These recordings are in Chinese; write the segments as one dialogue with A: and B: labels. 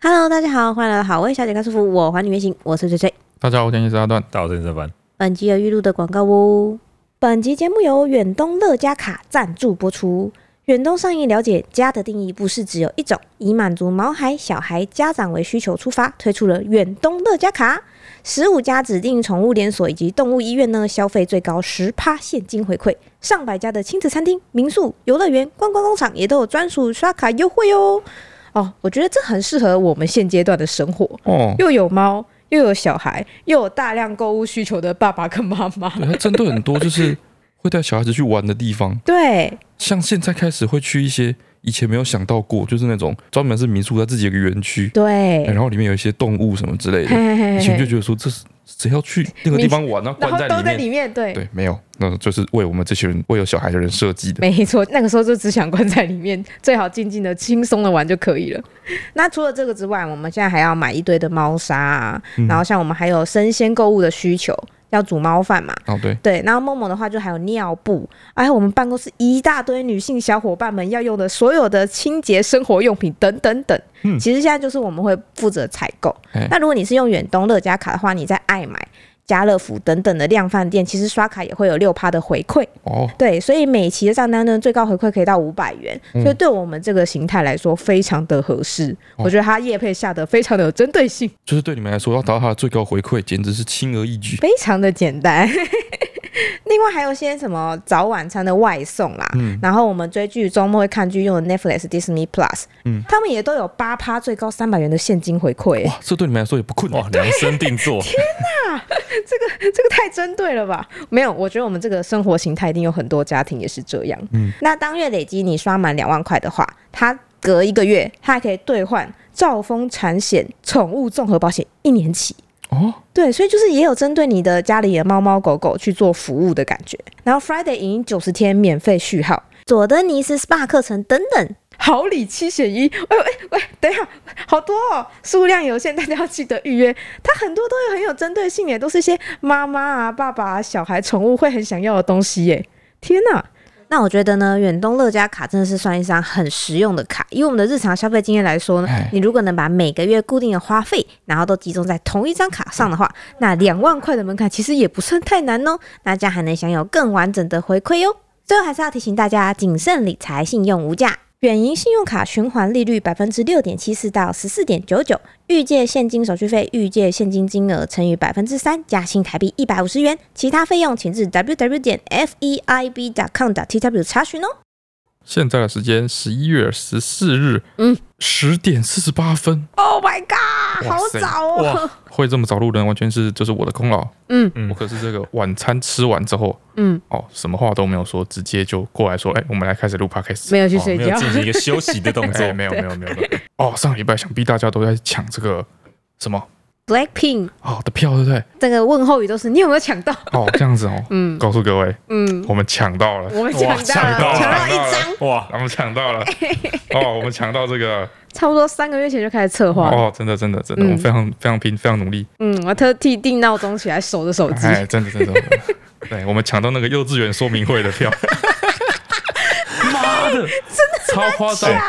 A: Hello，大家好，欢迎来到好味小姐开束缚，我还你原形，我是翠翠。
B: 大家好，我今天是阿段。
C: 大家好，我是郑凡。
A: 本集有预录的广告哦。本集节目由远东乐家卡赞助播出。远东上映了解家的定义不是只有一种，以满足毛孩、小孩、家长为需求出发，推出了远东乐家卡。十五家指定宠物连锁以及动物医院呢，消费最高十趴现金回馈。上百家的亲子餐厅、民宿、游乐园、观光工厂也都有专属刷卡优惠哦。哦，我觉得这很适合我们现阶段的生活。
B: 哦，
A: 又有猫，又有小孩，又有大量购物需求的爸爸跟妈妈。
B: 对，它针对很多就是会带小孩子去玩的地方，
A: 对，
B: 像现在开始会去一些以前没有想到过，就是那种专门是民宿，它自己有个园区，哎
A: 对，
B: 然后里面有一些动物什么之类
A: 嘿
B: 的。
A: 嘿嘿
B: 以前就
A: 嘿
B: 觉得说这是谁要去那个地方玩啊，
A: 然
B: 关
A: 后都在里
B: 里面。
A: 面，对，
B: 对，没有，那就是为我们这些人为有小孩的人设计的。
A: 没错，那个时候就只想关在里面，最好静静的、轻松的玩就可以了。那除了这个之外，我们现在还要买一堆的猫砂啊，
B: 嗯
A: 然后像我们还有生鲜购物的需求，要煮猫饭嘛。
B: 哦，对，
A: 对，然后梦梦的话就还有尿布，还有我们办公室一大堆女性小伙伴们要用的所有的清洁生活用品等等等。
B: 嗯
A: 其实现在就是我们会负责采购。
B: 哎
A: 那如果你是用远东乐家卡的话，你在爱买、家乐福等等的量贩店，其实刷卡也会有六趴的回馈。
B: 哦，
A: 对，所以每期的账单呢，最高回馈可以到五百元，
B: 嗯
A: 所以对我们这个形态来说非常的合适。
B: 哦
A: 我觉得它业配下的非常的有针对性，
B: 就是对你们来说要达到它的最高回馈，简直是轻而易举。
A: 非常的简单。 另外还有些什么早晚餐的外送啦，
B: 嗯
A: 然后我们追剧周末会看剧用的 Netflix、Disney Plus，
B: 嗯
A: 他们也都有八趴最高三百元的现金回馈、欸
B: 哇，这对你们来说也不困难
C: 哇，。量身定 做，
A: 这个太针对了吧？没有，我觉得我们这个生活形态一定有很多家庭也是这样。嗯
B: 嗯，
A: 那当月累积你刷满两万块的话，它隔一个月，它还可以兑换兆丰产险宠物综合保险一年期。
B: 哦，
A: 对，所以就是也有针对你的家里的猫猫狗狗去做服务的感觉。然后 Friday 影音九十天免费续号，佐登尼斯 SPA 课程等等。好礼七选一，喂喂喂，等一下，好多哦，数量有限，大家要记得预约。它很多都有很有针对性耶，都是一些妈妈啊、爸爸、啊、小孩、宠物会很想要的东西耶。天呐！那我觉得呢，远东乐家卡真的是算一张很实用的卡。以我们的日常消费经验来说呢
B: 哎，
A: 你如果能把每个月固定的花费，然后都集中在同一张卡上的话，那两万块的门槛其实也不算太难哦。大家还能享有更完整的回馈哟。最后还是要提醒大家，谨慎理财，信用无价。远银信用卡循环利率百分之六点七四到十四点九九，预借现金手续费、预借现金金额乘以百分之三，加新台币一百五十元，其他费用请至 www 点 E feib com tw 查询哦。
B: 现在的时间十一月十四日，
A: 嗯，
B: 十点四十八分。
A: Oh my god，
B: 哇
A: 好
B: 塞
A: 早哦！
B: 会这么早录的人，完全是就是我的功劳。
A: 嗯
C: 嗯
B: 我可是这个晚餐吃完之后，
A: 嗯，
B: 哦，什么话都没有说，直接就过来说，哎、我们来开始录 podcast。
A: 没有去
C: 哦
A: 睡
C: 没
A: 觉
C: 有，进行一个休息的动
B: 哎
C: 作，
B: 没有没有没有。没有哦，上礼拜想必大家都在抢这个什么
A: Blackpink
B: 哦的票，对不对？
A: 这个问候语都是你有没有抢到？
B: 哦，这样子哦，
A: 嗯
B: 告诉各位，
A: 嗯，
B: 我们抢到了，
A: 我们抢到
C: 抢
A: 了，
C: 到了
A: 抢到一张，
C: 哇，
B: 我们抢到了， 哦，我们抢到这个，
A: 差不多三个月前就开始策划了。
B: 哦，真的真的真的，
A: 嗯
B: 我们非常非常拼，非常努力，
A: 嗯，我特地定闹钟起来守着手机。
B: 哎，真的真的。 对，我们抢到那个幼稚园说明会的 票，
C: 妈的，
B: 超夸张，
A: 样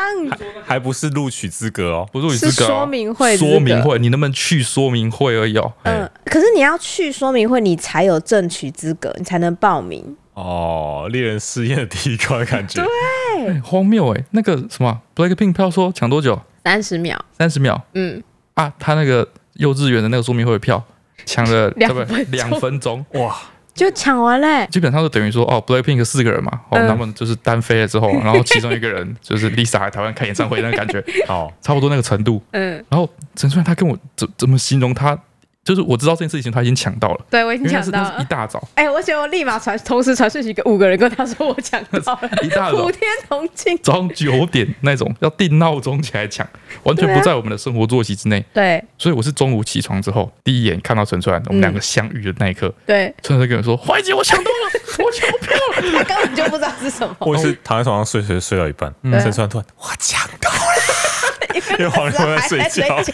C: 还不是录取资格哦，
B: 不是我
A: 是
B: 资格哦
A: 说明会资格
B: 说明会，你能不能去说明会而已哦？
C: 哎
A: 嗯，可是你要去说明会，你才有正取资格，你才能报名。
C: 哦，猎人试验的提高的感觉，
B: 哎荒谬哎、那个什么 Blackpink 票说抢多久？
A: 三十秒，
B: 三十秒
A: 嗯，
B: 啊！他那个幼稚园的那个说明会的票抢了
A: 两
B: 对不对
A: 分钟
B: 两分钟，
C: 哇，
A: 就抢完嘞、
B: 基本上就等于说哦，Blackpink 四个人嘛，哦，
A: 嗯
B: 他们就是单飞了之后，然后其中一个人就是 Lisa 来台湾看演唱会那个感觉，
C: 好，
B: 差不多那个程度。
A: 嗯，
B: 然后陈川他跟我怎怎么形容他？就是我知道这件事情，他已经抢到了，
A: 对我已
B: 因
A: 经
B: 为那
A: 抢
B: 是
A: 到
B: 那是一
A: 了。
B: 大早，
A: 哎、我觉得我立马传，同时传讯息给五个人，跟他说我抢到了，
B: 一大早
A: 普天同庆。
B: 早上九点那种要定闹钟起来抢，完全
A: 对啊
B: 不在我们的生活作息之内。
A: 对
B: 所以我是中午起床之后，第一眼看到陈川，我们两个相遇的那一刻，
A: 对，
B: 陈川跟我说：“怀姐，我抢到了， 我抢票
A: 他
B: 了。
A: 根本就不知道是什么，
C: 我也是躺在床上睡睡睡到一半，
B: 嗯
C: 陈川突然我抢到了， 因为黄蓉在睡
A: 啊还
C: 觉，
A: 觉，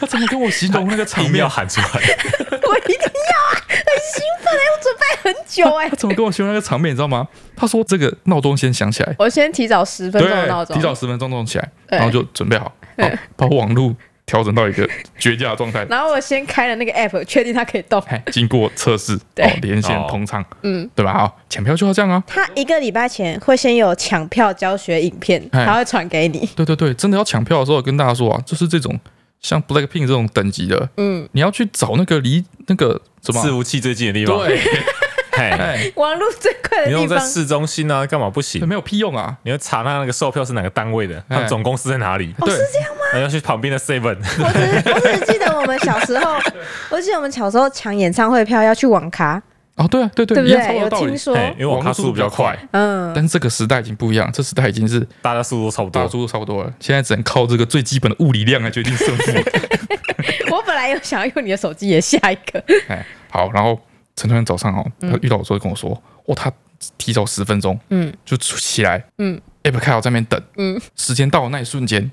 B: 他怎么跟我形容那个场
C: 一定
B: 面
C: 要？喊出来，
A: 我一定要啊，兴奋哎，我准备很久 哎、
B: 他怎么跟我形容那个场面，你知道吗？他说这个闹钟先响起来，
D: 我先提早十分钟的闹
B: 对，
D: 钟，
B: 提早十分钟弄起来，
D: 对
B: 然后就准备好，好把网路调整到一个 绝佳的状态。
D: 然后我先开了那个 app，确定它可以动。
B: 哎，经过测试，
D: 对
B: 哦，连线
C: 哦
B: 通畅，
D: 嗯，
B: 对吧？好，抢票就要这样啊。
D: 他一个礼拜前会先有抢票教学影片，
B: 哎
D: 他会传 给你。
B: 对对对，真的要抢票的时候，跟大家说啊，就是这种像 Blackpink 这种等级的，
D: 嗯，
B: 你要去找那个离那个什么啊
C: 伺服器最近的地方，
B: 对，
C: 嘿，
B: 哎，
D: 网络最快的
C: 你
D: 地
C: 用在
D: 方，
C: 市中心啊，干嘛不行
B: 对？没有屁用啊。
C: 你要查他那个售票是哪个单位的，
B: 哎
C: 他们总公司在哪里，
A: 哦，
B: 对
A: 是这样吗？
C: 然后要去旁边的 Seven，
A: 我只是我只是记得我们小时候， 我记得我们小时候抢演唱会票要去网咖，
B: 哦，对啊对
D: 对
B: 对，
D: 不
B: 一样超
D: 对？有
B: 有道理
D: 听。说？
C: 嘿因为网咖速度比较快，
D: 嗯，
B: 但是这个时代已经不一样，这时代已经是
C: 大家速度都差不
B: 大
C: 多
B: 家。速度差不多了，现在只能靠这个最基本的物理量来决定胜负。
D: 我本来有想要用你的手机也下一个，
B: 哎，好，然后陈川早上哦，他遇到我之后就跟我说，哇，他提早十分钟，
D: 嗯，
B: 就出起来，
D: 嗯
B: ，app 开好在那边等，
D: 嗯，
B: 时间到的那一瞬间，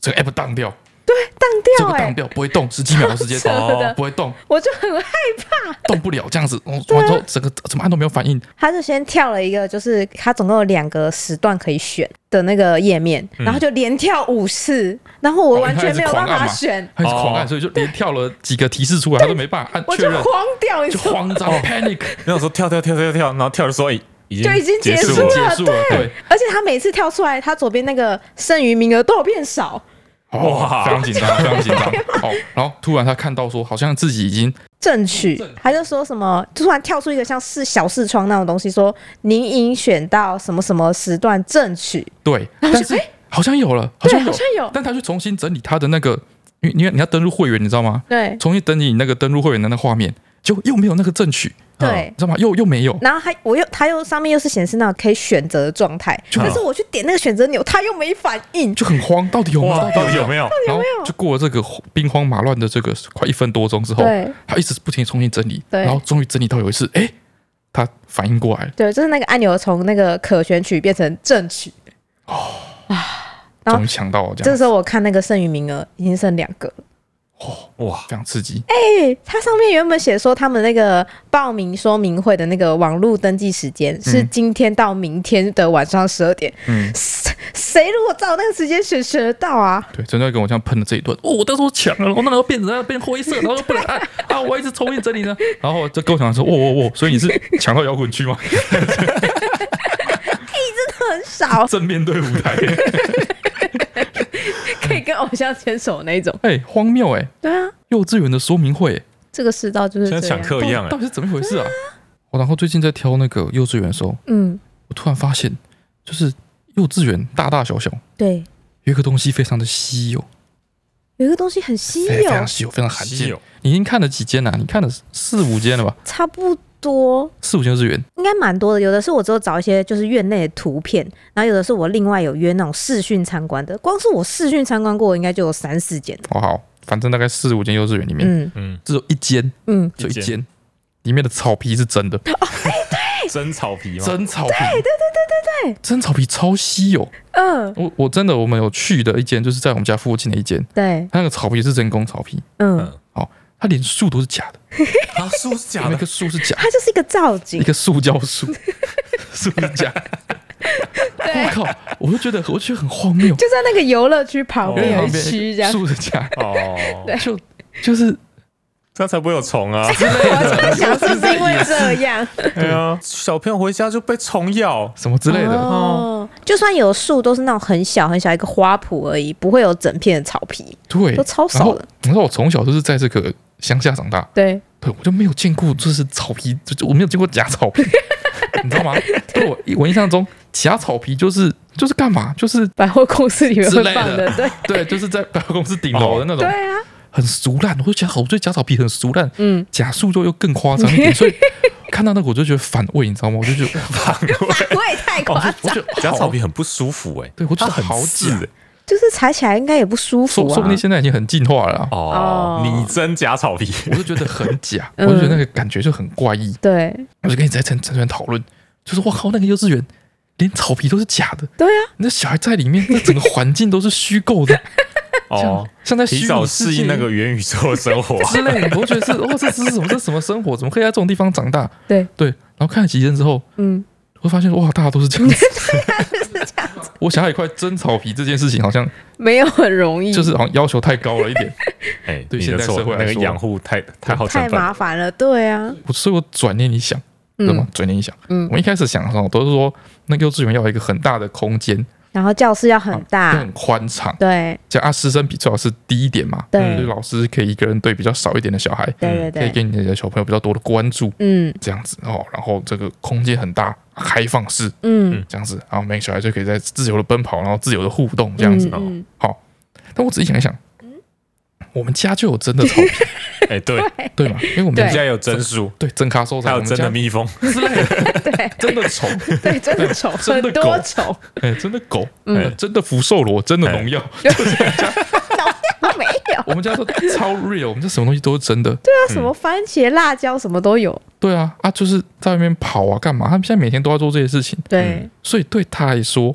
B: 这个 app 当掉，这
D: 当
B: 个
D: 掉哎、
B: 当掉不会动，十几秒的时 间哦
D: 扯的
B: 不会动，
D: 我就很害
B: 动不了这样子，哦
D: 啊
B: 完之后整个怎么按都没有反应，
A: 他就先跳了一个，就是他总共有两个时段可以选的那个页面，
B: 嗯
A: 然后就连跳五次，然后
B: 哦
A: 我完全没有办法选，
B: 他一直狂按，
C: 哦
B: 所以就连跳了几个提示出来，他都没办法按
D: 我
B: 确
D: 就
B: 认，
D: 慌掉，你
B: 就
D: 知道吗？
B: 慌张 panic
C: 那时候跳跳跳跳跳，然后跳的时候哎已
D: 就已经
C: 结
D: 结
C: 束
D: 束
C: 了
D: 了，
B: 结束了，对，
A: 而且他每次跳出来，他左边那个剩余名额都有变少，
B: 哇，
C: 哇
B: 哦非常紧张，非常紧张， 哦，然后突然他看到说，好像自己已经
A: 正
B: 哦
A: 取，他就说什么，突然跳出一个像是小视窗那种东西，说您应选到什么什么时段正取，
B: 对，但是好像有了，好
D: 对，
B: 像
D: 好
B: 有，
D: 像有，
B: 但他去重新整理他的那个，因为因为你要登录会员，你知道吗？
D: 对
B: 重新整理你那个登录会员的那个画面，就又没有那个正取，
A: 对
B: 你知道吗？又又没有，
A: 然后还我又他又上面又是显示那种可以选择的状态，
B: 就
A: 可是我去点那个选择钮，他又没反应，
B: 就很慌，到底有没
C: 哇，
B: 有？
C: 到底有没有？
B: 然后就过了这个兵荒马乱的这个快一分多钟之后
D: 对，
B: 他一直不停地重新整理，
D: 对
B: 然后终于整理到有一次，哎，他反应过来了，
A: 对，就是那个按钮从那个可选取变成正取。然后
B: 终于抢到了，这
A: 这
B: 样
A: 时候我看那个剩余名额已经剩两个了。
C: 哇，
B: 非常刺激，
A: 哎，它上面原本写说他们那个报名说明会的那个网络登记时间是今天到明天的晚上十二点。
B: 嗯，
A: 谁谁如果照那个时间选选得到啊？
B: 对，陈帅跟我这样喷了这一顿，哦，我当时我抢了，然后那后变成那样变灰色，然后又不能按啊，我一直重新整理呢，然后就跟我讲说，哦哦哦，所以你是抢到摇滚区吗？
A: 很少
B: 正面对舞台，
D: 可以跟偶像牵手那一种，
B: 哎、荒谬哎、
A: 对啊，
B: 幼稚园的说明会、
A: 这个世道就是
C: 像
A: 这样
C: 抢。课一样
B: 到
C: 哎
B: 到，底是怎么一回事啊？ 我然后最近在挑那个幼稚园的时候，
A: 嗯，
B: 我突然发现，就是幼稚园大大小小
A: 对，
B: 有一个东西非常的稀有，
A: 有一个东西很稀
B: 非
A: 有
B: 常，稀有，非常罕
C: 稀
B: 见
C: 有。
B: 你已经看了几间了、啊你看了四五间了吧？
A: 差不多。
B: 四五间幼稚园，
A: 应该蛮多的，有的是我只有找一些就是院内的图片，然后有的是我另外有约那种视讯参观的。光是我视讯参观过，应该就有三四件。
B: 哦好，反正大概四五间幼稚园里面，
A: 嗯
C: 嗯，
B: 只有一间，
A: 嗯，
B: 就一
C: 一
B: 间。里面的草皮是真的，
C: 真草皮吗？
B: 真草皮，对对对对对对，真草皮超稀有。
A: 嗯，
B: 我我真的我们有去的一间，就是在我们家附近的一间，
A: 对，
B: 它那个草皮是人工草皮，哦
A: 嗯
C: 嗯，
B: 它连树都是假的，
C: 啊，树是假
B: 每
C: 的
B: 个，树是假的，
A: 它就是一个造景
B: 一，个塑胶树，树是假的。我靠！我就觉得，我就觉得很荒谬。
D: 就在那个游乐区旁
B: 哦因为
D: 边有
B: 旁
D: 一
B: 边
D: 区这样，
B: 树是假的，
C: 哦，
B: 就就是
C: 这样才不会有虫啊！
D: 我在想是不是因为这 样，
C: 对啊，小朋友回家就被虫咬，
B: 什么之类的。
A: 哦，就算有树，都是那种很小很小一个花圃而已，不会有整片的草皮。
B: 对，
A: 都超少
B: 然后
A: 的
B: 你知道，我从小就是在这个乡下长大，
D: 对，
B: 对我就没有见过，就是草皮，就就我没有见过假草皮，你知道吗？对我我印象中，假草皮就是就是干嘛？就是
D: 百货公司里面
B: 之
D: 会
B: 类
D: 放
B: 的
D: 的，对，
B: 对，就是在百货公司顶楼的那种，
D: 对啊，
B: 很俗烂。我就觉得好，我对假草皮很俗烂，
D: 嗯，
B: 假树就又更夸张一点，所以看到那个我就觉得反胃，你知道吗？我就觉得，
D: 我也太夸
B: 我
D: 张，
B: 就觉得
C: 假草皮
B: 好
C: 很不舒服哎，
B: 对我觉
C: 它
B: 得
C: 很
B: 好
C: 刺
B: 假
C: 哎
A: 就是踩起来应该也不舒服
B: 说说不
A: 啊
B: 定。现在已经很进化了啊、
A: 哦
C: 哦，拟真假草皮，
B: 我就觉得很假，我
D: 嗯
B: 就觉得那个感觉就很怪异。
D: 对
B: 我就跟你在陈陈川讨论，就是我靠，那个幼稚园连草皮都是假的，
D: 对啊，
B: 那小孩在里面，那整个环境都是虚构的，
C: 哦，
B: 像在虚
C: 提
B: 拟
C: 早
B: 世
C: 适
B: 界
C: 应那个元宇宙的生活
B: 之类的，我觉得是哦，这这是什么？这是什么生活？怎么可以在这种地方长大？
A: 对
B: 对，然后看了几天之后，
A: 嗯，
B: 我发现哇，大家都是这 样子。
A: 啊是这样子，
B: 我想要一块真草皮这件事情，好像
D: 没有很容易，
B: 就是好像要求太高了一点，
A: 嗯
C: 哎，
B: 对
C: 你
B: 现
C: 的
B: 代
C: 错
B: 社会来
C: 那个
B: 说
C: 养护太太耗
D: 太
C: 成本，
D: 麻烦了。对啊，
B: 我所以我转念一想，知道吗
D: 嗯？
B: 转念一想，
D: 嗯
B: 我们一开始想的时候都是说，那幼稚园要有一个很大的空间，
A: 然后教室要很
B: 要
A: 大，
B: 很宽敞，
D: 对
B: 这样啊，师生比最好是低一点嘛，
A: 对
B: 就是老师可以一个人对比较少一点的小孩，
A: 对对
B: 可以
A: 对，
B: 给你的小朋友比较多的关注，
D: 嗯
B: 这样子哦，然后这个空间很大，开放式
A: 嗯
B: 这样子，然后每个小孩就可以在自由的奔跑，然后自由的互动这样子。
A: 嗯
B: 但我仔细想一想，嗯我们家就有真的草皮，
C: 哎，对，
B: 对 吗？因为我
C: 人
B: 们家
C: 家有真树，
B: 对真咖收
C: 还
B: 藏，
C: 有
B: 我们
C: 真的
B: 家
C: 蜜蜂，
B: 之类的，
D: 对
B: 真的 虫，
D: 嗯对，真的丑，
B: 真
D: 很
B: 的狗
D: 多 丑，
B: 哎，真的狗，
D: 嗯
B: 哎真的福寿螺，真的农药，
C: 哎
D: 没有。
B: 我们家都超 real，我们家什么东西都是真的。
D: 那什么番茄、辣椒什么都有。
B: 对啊，啊，就是在外面跑啊，干嘛？他们现在每天都要做这些事情，
D: 对，
B: 所以对他来说，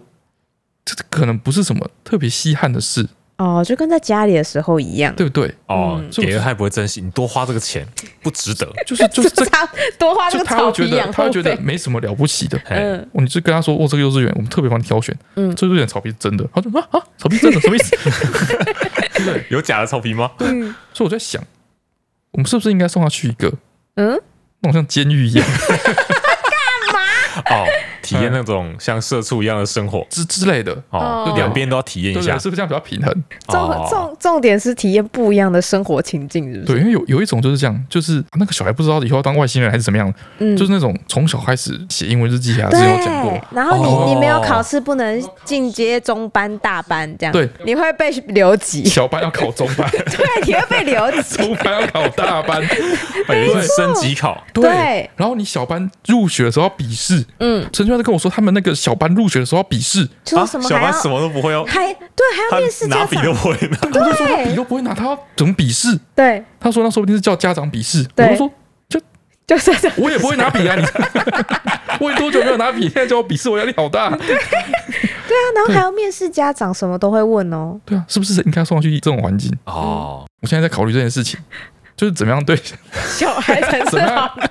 B: 这可能不是什么特别稀罕的事，
D: 哦，就跟在家里的时候一样，
B: 对不对？
C: 哦
D: 嗯，
B: 是不是
C: 给了他也不会珍惜，你多花这个钱不值 得，
B: 就是就是这，
D: 他多花这
B: 就
D: 个
B: 他会
D: 草
B: 觉
D: 皮
B: 得
D: 养
B: 他会
D: 护
B: 觉得
D: 费。
B: 没什么了不起的。
C: 哎，
D: 嗯，
B: 哦你就跟他说，哦，这个幼稚园我们特别帮你挑选，
D: 嗯
B: 这个幼稚园草皮是真的，他就啊啊，草皮真的什么意思？
C: 有假的草皮吗？
B: 所以我在想，我们是不是应该送他去一个
D: 嗯，
B: 那种像监狱 一样
C: 哦，体验那种像社畜一样的生活，
B: 之之类的，
C: 哦，
D: 哦
C: 两边都要体验
B: 对
C: 一
B: 不
C: 下
B: 对？，是不是这样比较平衡？
D: 重
C: 哦
D: 重重点是体验不一样的生活情境，是不是？
B: 对，因为有有一种就是这样，就是啊那个小孩不知道以后要当外星人还是怎么样，
D: 嗯
B: 就是那种从小开始写英文日记啊，之前有讲
A: 对
B: 过，，
A: 然后你你没有
C: 哦
A: 考试不能进阶中班大班这样，
B: 对，
D: 你会被留 级，
B: 小班要考中 班，
D: 对，你会被留 级。
B: 中班要考大班，
C: 哎有一次升级考，
B: 对
D: 对
B: 然后你小班入学的时候要笔试，
D: 嗯，
B: 陈俊在跟我说，他们那个小班入学的时候要笔试，
A: 说什么
C: 啊小
A: 还要
C: 班什么都不会哦，
A: 还对还
C: 他
A: 要面试
C: 拿
A: 家
C: 笔
A: 长
C: 都，不会拿，
B: 我就说他笔都不会拿，他要怎么笔试？
D: 对，
B: 他说那说不定是叫家长笔试，我
D: 对
B: 就说
D: 就是这样。
B: 我也不会拿笔啊，你 我也多久没有拿笔，现在叫我笔试，我压力好大。
A: 然后还要面试家长，什么都会问哦。
B: 对啊，是不是应该送他去这种环境？
C: 哦，
B: 我现在在考虑这件事情，就是怎么样对
D: 小孩才是
B: 怎么样
D: 好的，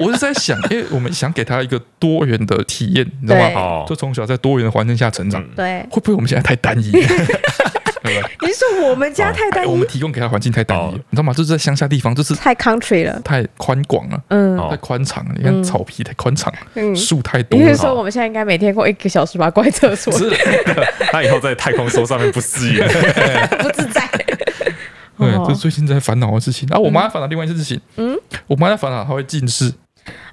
B: 我我是在想，因为我们想给他一个多元的体验，你知道
D: 对
B: 吗？
C: 哦
B: 就从小在多元的环境下成长，
C: 嗯
D: 对，
B: 会不会我们现在太 单一了？对不对
D: 你是说我们家太单
B: 哎我
D: 一
B: 们、提供给他的环境太单一了，
C: 哦
B: 你知道吗？就是在乡下地方，就是
D: 太 country 了？
B: 太宽广了，
D: 嗯、
C: 哦
B: 太宽敞了。你看
D: 嗯
B: 草皮太宽敞，
D: 嗯，
B: 树太多
D: 你是
B: 了。
D: 说我们现在应该每天过一个小时把它关在厕所，
C: 是他以后在太空梭上面不 适应，
D: 不自在？
B: 对，
D: 哦
B: 这是最近在烦恼的事情。啊然后我妈在烦恼另外一件事情，
D: 嗯，
B: 我妈在烦恼她会近视。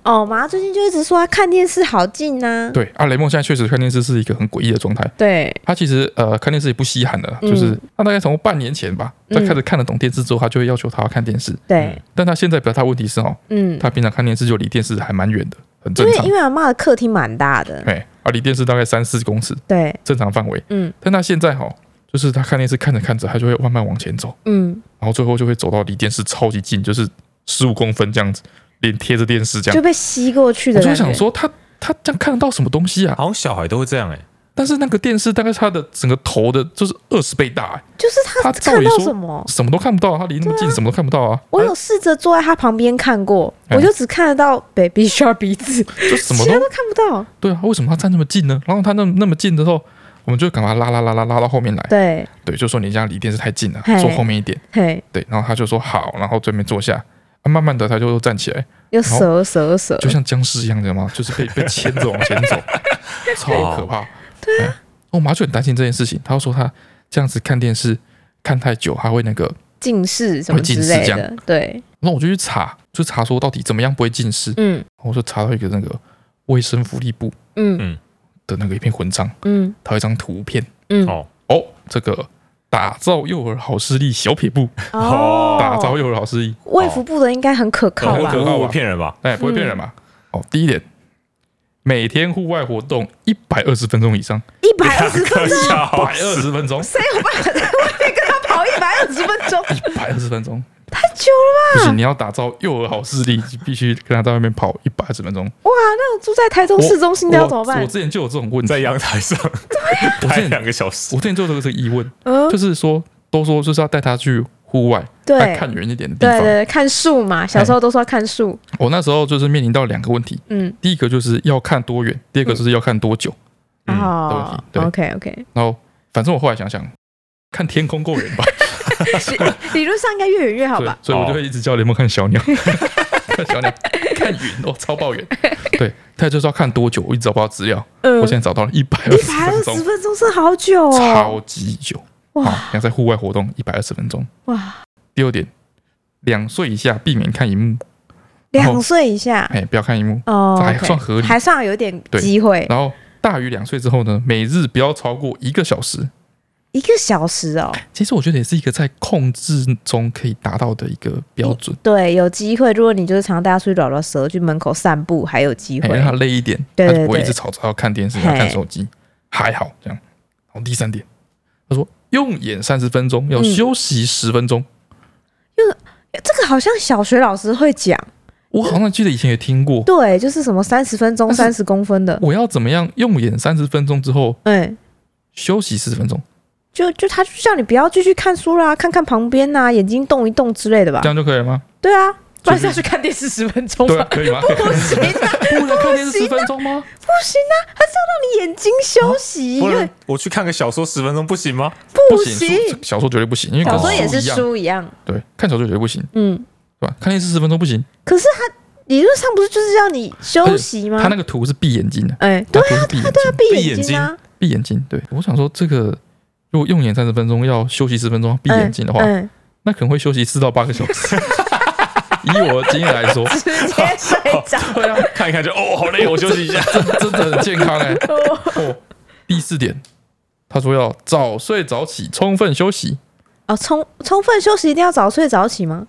A: 哦，妈最近就一直说她看电视好近呐、
B: 对啊，雷梦现在确实看电视是一个很诡异的状态。
D: 对，
B: 她其实呃看电视也不稀罕的，
D: 嗯
B: 就是她大概从半年前吧，
D: 嗯
B: 在开始看得懂电视之后，她就会要求她要看电视。
D: 对，
B: 但她现在比较大问题是哦，
D: 嗯，
B: 她平常看电视就离电视还蛮远的，很
A: 因
B: 正
A: 为
B: 常
A: 因。为阿妈的客厅蛮大的，
B: 哎，啊，离电视大概三四公尺，
A: 对，
B: 正常范围。
D: 嗯
B: 但她现在哈、就是她看电视看着看着，她就会慢慢往前走，
A: 嗯，
B: 然后最后就会走到离电视超级近，就是十五公分这样子，脸贴着电视这
A: 就
B: 样。
A: 被吸过去
B: 我
A: 的
B: 就
A: 感觉。
B: 想说她，她这样看得到什么东西啊？
C: 好像小孩都会这样哎，
B: 但是那个电视大概是她的整个头的，就是二十倍大、哎
A: 就是她
B: 她照
A: 看
B: 理
A: 到
B: 说
A: 什么，
B: 什么都看不到啊，她离那么近，什么都看不到啊，
A: 我有试着坐在她旁边看过，
B: 哎
A: 我就只看得到 baby shark 鼻 子，
B: 就什么
A: 其他
B: 都
A: 都看不到。
B: 对啊。为什么她站那么近呢？然后她那那么近的时候，我们就赶快拉拉拉拉拉到后面来，
A: 对，
B: 对，就说你这样离电视太近了
A: 嘿，
B: 坐后面一点。
A: 嘿，
B: 对，然后他就说好，然后这边坐下，啊、慢慢的他就站起来，
A: 又蛇蛇蛇，
B: 就像僵尸一样，你知道吗？就是被被牵着往前走，超可怕。对啊，我妈就很担心这件事情，她就说她这样子看电视看太久，她会那个。
D: 近视什么
B: 会近
D: 之
B: 视
D: 类
B: 这
D: 的，对，
B: 然后我就去查，就查说到底怎么样不会近视。
D: 嗯
B: 然后我就查到一个那个卫生福利部
D: 嗯
B: 的那个一篇文章，
D: 嗯
B: 它有一张图片
D: 嗯，
C: 哦，
B: 哦，这个打造幼儿好视力小撇步，
A: 哦，
B: 打造幼儿好视力，
A: 卫福部的应该很可靠
B: 很
A: 吧
B: 可？
C: 可恶，骗人吧？
B: 哎，不会骗人
A: 嗯
B: 嘛。哦，第一点，每天户外活动一百二十分钟以上，
A: 一百二十 分钟，
B: 百
C: 小
B: 二十分钟，
A: 谁有办法在外面跟她跑一百二十分 钟？
B: 一百二十分钟，
A: 太久了
B: 不行，你要打造幼儿好视力，必须跟他在外面跑一百二十分钟。
A: 吧！哇，那我住在台中
B: 我
A: 市中心的要怎么
B: 我
A: 办
B: 我？之前就有这种问题，
C: 在阳台上
B: 我之
C: 待
B: 前
C: 两个小时
B: 我之前就有这个疑问，
A: 嗯
B: 就是说都说就是要带他去户外，
D: 对
B: 带看远一点的地
D: 对对
B: 方。
D: 对，看树嘛，小时候都说要看树，
B: 我那时候就是面临到两个问题，
D: 嗯，
B: 第一个就是要看多远，第二个就是要看多久。
C: 嗯
D: 哦
B: 对
D: ，OK OK，
B: 然后反正我后来想想，看天空够远吧，
D: 理论上应该越远越好
B: 对，
D: 吧？
B: 所以我就会一直叫雷梦看小 鸟，看小鸟看云哦，超爆远。对，他就是要看多久，我一直找不到资料，
D: 嗯
B: 我现在找到了一百二
D: 一
B: 十
D: 百二
B: 分
D: 十
B: 钟，
D: 分钟是好久哦，
B: 超级久。好
D: 哇，
B: 要在户外活动一百二十分钟。
D: 哇，
B: 第二点，两岁以下避免看荧幕，
D: 两岁以下
B: 哎，不要看荧幕。
D: 哦
B: 这还
D: OK
B: 算合理
D: 还算有点机会，
B: 然后大于两岁之后呢，每日不要超过一个小时。
D: 一个小时哦，
B: 其实我觉得也是一个在控制中可以达到的一个标准，
D: 对，有机会。如果你就是常带他出去绕绕蛇，去门口散步，还有机
B: 哎，
D: 会
B: 让。他累一点，
D: 对
B: 他
D: 对
B: 就不会一
D: 对
B: 直吵着要看电视、要
D: 嘿
B: 看手机，还好这样。然后第三点，他说用眼三十分钟，要
D: 嗯
B: 休息十分钟。
D: 这个好像小学老师会讲，
B: 我好像记得以前也听过，
D: 对，就是什么三十分钟、
B: 但
D: 三十公分的，
B: 我要怎么样用眼三十分钟之后
D: 哎、
B: 休息十分钟，
D: 就就他就叫你不要继续看书啦，看看旁边呐、眼睛动一动之类的吧
B: 这。样就可以了吗？
D: 对啊，不
B: 所以
D: 然是要去看电视十分钟
B: 对啊
D: 吧，？
B: 可以吗？
D: 不行啊，
B: 不能看电视十分钟吗？
D: 不行啊，他是要让你眼睛休息，
C: 不
D: 因为
C: 然我去看个小说十分钟不行吗？
B: 不
D: 行
B: 行，书小说绝对不行，因为
D: 小
B: 跟
D: 说也是
B: 哦一样，
D: 书一样。
B: 对，看小说绝对不行，
D: 嗯，
B: 对吧？看电视十分钟不行，
D: 可是他理论上不是就是要你休息吗
B: 他？那个图是闭眼睛的，
D: 哎、
B: 他
D: 对
B: 图
D: 啊，
B: 是闭眼睛，
D: 他闭
C: 闭眼
D: 眼睛啊，
B: 闭眼睛。对，我想说这个。如果用眼三十分钟，要休息十分钟，闭眼睛的话，
D: 嗯，嗯
B: 那可能会休息四到八个小 时。以我的经验来 说，
D: 直接睡 着。
B: 对啊，
C: 看一看就哦，好累，我休息一下。
B: 真的很健康 哎、哦，第四点，他说要早睡早起，充分休息。
D: 哦，充充分休息一定要早睡早起吗？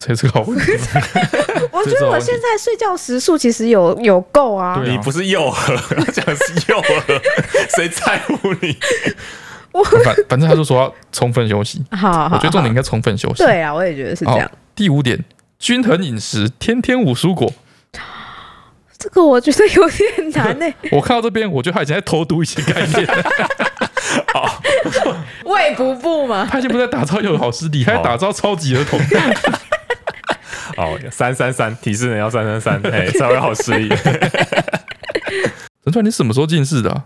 B: 这是个好问题。
D: 我
B: 这
D: 觉
B: 是
D: 得
B: 好
D: 我
B: 问题
D: 现在睡觉时数其实有有够啊
B: 对，啊
C: 你不是幼 儿，讲的是幼儿， 谁在乎你？
B: 反反正他就说要充分休息，
D: 好好
B: 我觉得重点应
D: 好
B: 该充分休息。
D: 对啊，我也觉得是
B: 哦
D: 这样。
B: 第五点，均衡饮食，天天五蔬果。
D: 这个我觉得有点难欸呢、
B: 我看到这边，我觉得他以前在偷读一些概 念，
D: 胃不不嘛，
B: 他已经不在打造幼儿好师弟，他在打造超级儿童。
C: 哦，三三三，提示人要三三 三，哎，稍微好失忆。
B: 陈川，你什么时候近视的啊、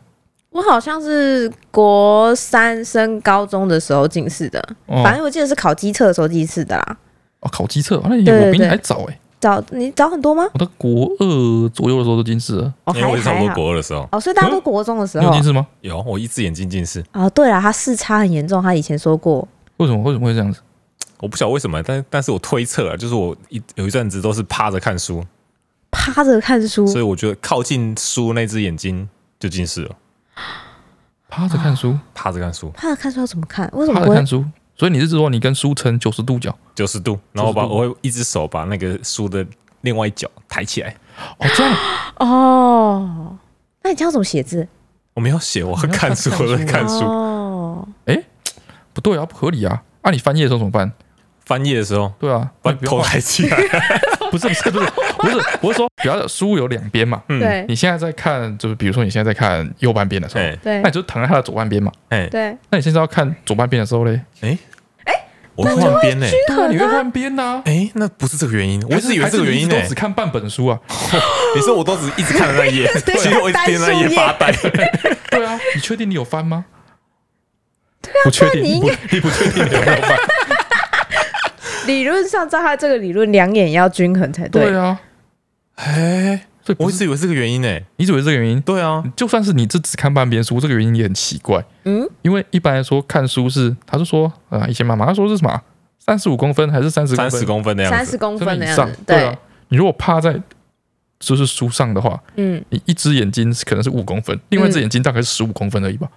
D: 我好像是国三升高中的时候近视的，
B: 哦
D: 反正我记得是考机测的时候近视的啦。
B: 哦，考机测，哦那你
D: 对对
B: 我比你
D: 对
B: 还早哎、
D: 早你早很多吗？
B: 我到国二左右的时候就近视了。
D: 哦，
C: 因为
D: 还
C: 哎我也差不
D: 还
C: 多
D: 好。
C: 国二的时候，
D: 哦，所以大家都国中的时
B: 嗯你有
D: 候
B: 近视吗？
C: 有我一只眼睛近视，
D: 哦，对了，他视差很严重，他以前说过，
B: 为什么？为什么会这样子？
C: 我不晓得为什么，但但是我推测啊，就是我一有一阵子都是趴着看书，
D: 趴着看书
C: 所以我觉得靠近书那只眼睛就近视了。
B: 趴着看 书，
C: 趴着看书
D: 趴着看书要怎么看？为什么
B: 趴
D: 不
B: 着
D: 会
B: 看？书。所以你是说你跟书成九十度角？
C: 九十度，然后我把
B: 90度
C: 我会一只手把那个书的另外一角抬起来。
B: 哦，这样
D: 哦，那你这样怎么写字？
C: 我没有写，我
B: 你要
C: 看书，
B: 看
C: 我在
B: 看
C: 看书。
D: 哦，
B: 不对啊，不合理啊！啊，你翻页的时候怎么办？
C: 翻页的时候
B: 对啊，
C: 把
B: 你不要
C: 头抬起来，
B: 不是不是不是不是，我是说，比方说书有两边嘛，
C: 嗯
D: 对
B: 你现在在看，就是比如说你现在在看右半边的时候，
C: 哎
D: 对
B: 那你就躺在它的左半边嘛。
C: 哎，
D: 对，
B: 那你现在要看左半边的时候嘞，
C: 我会换边呢。
D: 嗯
B: 对啊，你会换边呐。
C: 哎，那不是这个原 因，我一直以为
B: 还
C: 这个原
B: 还
C: 因欸
B: 是你一
C: 呢
B: 直。都只看半本书啊。
C: 你说我都只一直看着那一页，
D: 对
C: 其实我一直盯着那一
D: 单数
C: 页
D: 页
C: 发呆。
B: 对 啊，你确定你有翻吗？对啊，不确定，
D: 你应
B: 你不你不确定你有没有翻？
D: 理论上照他这个理论，两眼要均衡才对。
B: 对啊，
C: 哎，
B: 所以不
C: 我一
B: 是
C: 直以为是这个原因呢。
B: 你以为这个原因？
C: 对啊，
B: 就算是你这只看半边书，这个原因也很奇怪。
D: 嗯，
B: 因为一般来说看书是，他就说啊、以前妈妈她说是什么三十五公分还是三十
C: 三
B: 公分？
C: 十公分的样
D: 三
C: 子
D: 十。公分的
B: 以
D: 样
B: 上
D: 子，，
B: 对啊，。你如果趴在就是书上的话，
D: 嗯，
B: 你一只眼睛可能是五公分，另外一只眼睛大概是十五公分而已吧。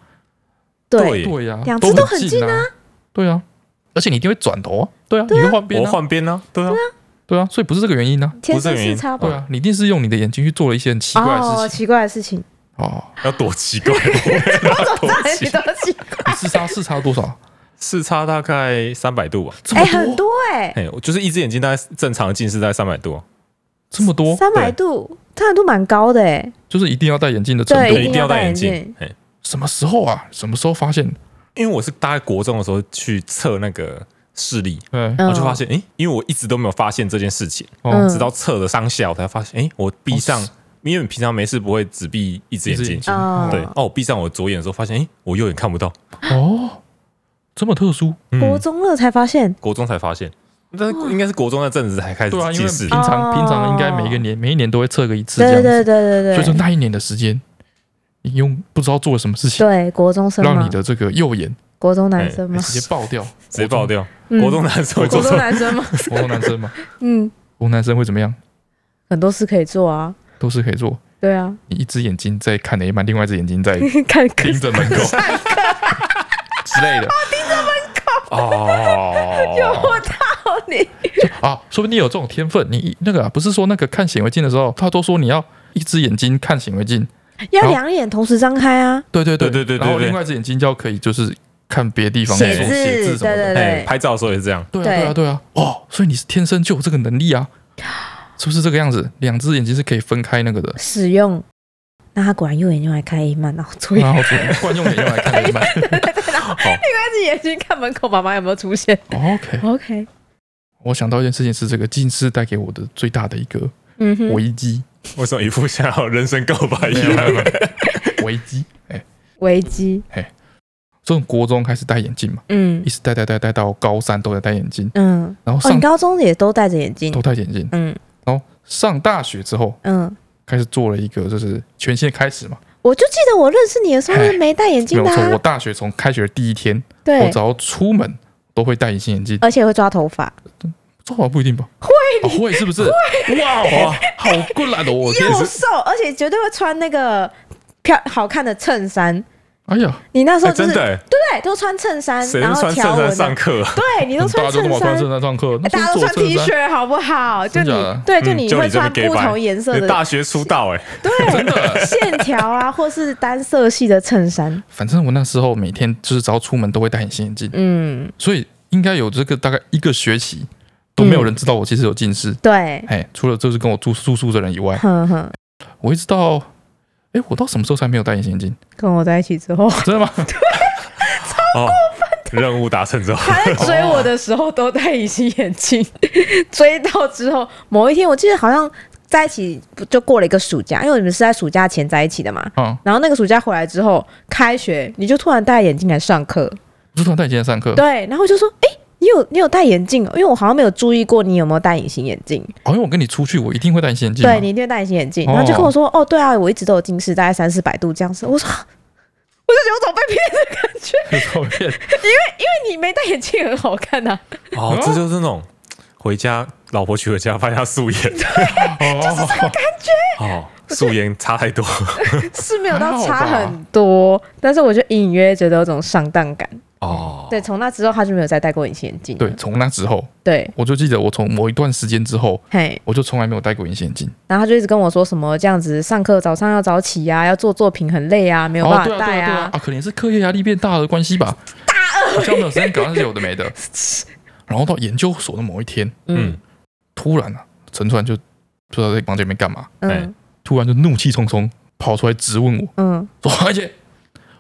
D: 对，
B: 对呀、
D: 两只都很
B: 近
D: 近
B: 啊。对啊，而且你一定会转头啊。对啊，你会换边
C: 我
B: 啊。
C: 换边呢，对啊，
B: 对啊，所以不是这个原因呢、
D: 天生视差
C: 哦
B: 对啊，你一定是用你的眼睛去做了一些很奇怪的
D: 哦，
B: 事情
D: 奇怪的事情，
B: 哦。
C: 要多奇怪。
D: 你都哦奇怪，
B: 啊你视 差视差多少？
C: 视差大概三百度吧，
B: 这
D: 哎，
B: 么多，
D: 很多哎，
C: 哎，我就是一只眼睛大概正常的近视大概三百度，啊
B: 这么多，
D: 三百度，三百度蛮高的哎，
B: 就是一定要戴眼镜的程
D: 对
B: 度
C: 对，一。定
D: 定要
C: 要戴
D: 戴
C: 眼
D: 眼
C: 镜
D: 镜。
C: 哎，
B: 什么时候啊？什么时候发现
C: 因为我是大概国中的时候去测那个视力，
B: 对，
D: 嗯
C: 我就发现，哎、因为我一直都没有发现这件事情，
B: 哦，
C: 直到测了当下，我才发现，哎、我闭上，
B: 哦是
C: 因为平常没事不会只闭一只眼睛，
D: 哦
C: 对，哦，我闭上我左眼的时候，发现，哎、我右眼看不到，
B: 哦，这么特殊，
C: 嗯
D: 国中了才发现，
C: 国中才发现，但是应该是国中那阵子才开始
B: 对啊，因
C: 近
B: 为
C: 视
B: 平
C: 的，
B: 常
D: 哦
B: 平常应该每个年每一年都会测个一次这样
D: 对
B: 子，
D: 对对
B: 所
D: 对对
B: 以说
D: 对，
B: 那一年的时间，你用不知道做了什么事情，
D: 对国中生
B: 让
D: 嘛
B: 你，的这哎个右眼
D: 国中男生嘛，
B: 直接爆掉，
C: 直接爆掉。
D: 嗯
C: 国中男生会做
D: 国
C: 错
D: 中，男生嘛，
B: 国中男生嘛，
D: 嗯，
B: 国中男生会怎么样？
D: 很多事可以做啊，
B: 都是可以做，
D: 对啊，
B: 你一只眼睛在看着一半，另外一只眼睛在
D: 看
B: 盯着门口之类的
C: 哦，
D: 到你，
B: 啊，说不定你有这种天分。你一那个啊、不是说那个看显微镜的时候，他都说你要一只眼睛看显微镜，
D: 要两眼同时张开啊，
B: 对对
C: 对对对对
B: 然后
C: 对
B: 另外一只眼睛就要可以就是看别的地方
D: 写
B: 那种
D: 字
B: 写字什么
D: 对
B: 的
D: 对。，
C: 哎，拍照的时候也是这样，
B: 对啊对啊对啊，哦，所以你是天生就有这个能力啊，是不是这个样子？两只眼睛是可以分开那个的
D: 使用。那他果然右眼用来看 A 漫，然后左眼
B: 然后惯用眼用来看一半。
D: 开始眼睛看门口妈妈有没有出现。
B: 哦 OK，
D: OK，
B: 我想到一件事情是这个近视带给我的最大的一个
D: 嗯哼，
B: 危 机，
C: 为什么一副想要人生告白一
B: 没有
C: 样？
B: 危机。哎，
D: 危机，
B: 从国中开始戴眼镜嘛，
D: 嗯
B: 一直戴戴戴戴到高三都在戴眼镜，
D: 嗯，
B: 然后
D: 哦，
B: 上
D: 你高中也都戴着眼镜，
B: 都戴眼镜，
D: 嗯
B: 然后上大学之后
D: 嗯，
B: 开始做了一个就是全新的开始嘛，
D: 我就记得我认识你的时候是没戴眼
B: 哎没
D: 镜
B: 有
D: 的、
B: 错。我
D: 啊，
B: 大学从开学的第一天，我
D: 对哦
B: 只，要出门都会戴隐形眼镜。
D: 而且会抓头发，
B: 做法不一定吧？会、哦、会是不是？ 哇哇，好困难
C: 哦
B: 的，我的天！
D: 又瘦，而且绝对会穿那个漂好看的衬衫。
B: 哎呀，
D: 你那时
C: 哎
D: 候就
C: 真
D: 是、
C: 的欸，
D: 对，都穿衬衫，
C: 谁
D: 然
C: 是
D: 后
C: 穿衬
D: 条纹
C: 衫
D: 的
C: 上课啊？
D: 对你都
B: 大家
D: 穿
B: 都那
D: 衬
B: 么穿
D: 衫
B: 衬。衫上课，那
D: 哎大家都
B: 做
D: 穿 T
B: 衬衫，
D: 恤，好不好？就
B: 真
D: 你
B: 假的啊
D: 对，啊就
C: 嗯
D: 你
C: 就
D: 会
C: 你这么
D: 穿
C: gay
D: 不
C: 白
D: 同颜色
C: 你
D: 的
C: 大学出道哎，
B: 真的。
D: 线条啊，或是单色系的衬衫。
B: 反正我那时候每天就是只要出门都会戴隐形眼镜，
D: 嗯，
B: 所以应该有这个大概一个学期都没有人知道我其实有近视。
D: 对，
B: 哎，除了就是跟我住住宿的人以外，
D: 哼哼，
B: 我一直到，哎，我到什么时候才没有戴隐形眼镜？
D: 跟我在一起之后，
B: 真的吗？
C: 哦，任务达成之后，
D: 他在追我的时候都戴隐形眼镜， 追到之后某一天，我记得好像在一起不就过了一个暑假，因为你们是在暑假前在一起的嘛。
B: 啊，
D: 然后那个暑假回来之后，开学你就突然戴眼镜来上课，
B: 就突然戴眼镜来上课，
D: 对，然后我就说，哎、你有你有戴眼镜哦，因为我好像没有注意过你有没有戴隐形眼镜。
B: 好哦像我跟你出去，我一定会戴隐形眼镜嘛。
D: 对你一定会戴隐形眼镜，
B: 哦
D: 然后就跟我说：“哦，对啊，我一直都有近视，大概三四百度这样子。”我说：“ 我就觉得我怎么被骗的感觉？
B: 有照 片，
D: 因为你没戴眼镜很好看啊呐、
C: 哦，这就是那种回家老婆娶回家发现她素颜，
B: 哦，
C: 哦，素颜差太多，
D: 是没有到
B: 还
D: 差
B: 好吧
D: 很多，但是我就隐约觉得有种上当感。
C: 哦，
D: 对，从那之后他就没有再戴过隐形眼镜了。
B: 对，从那之后，
D: 对，
B: 我就记得我从某一段时间之后，
D: 嘿，
B: 我就从来没有戴过隐形眼镜。
D: 然后他就一直跟我说什么这样子，上课早上要早起呀、要做作品很累啊，没有
B: 哦，
D: 办
B: 对
D: 法
B: 啊，对
D: 戴
B: 啊，对啊，啊，可能是课业压力变大的关系吧。大二好像没有时间搞那些有的没的。 然后到研究所的某一天，
C: 嗯，
B: 突然啊，陈川就不知道在房间里面干嘛，
D: 嗯
B: 突然就怒气冲冲跑出来质问我
D: 嗯，
B: 说：“而且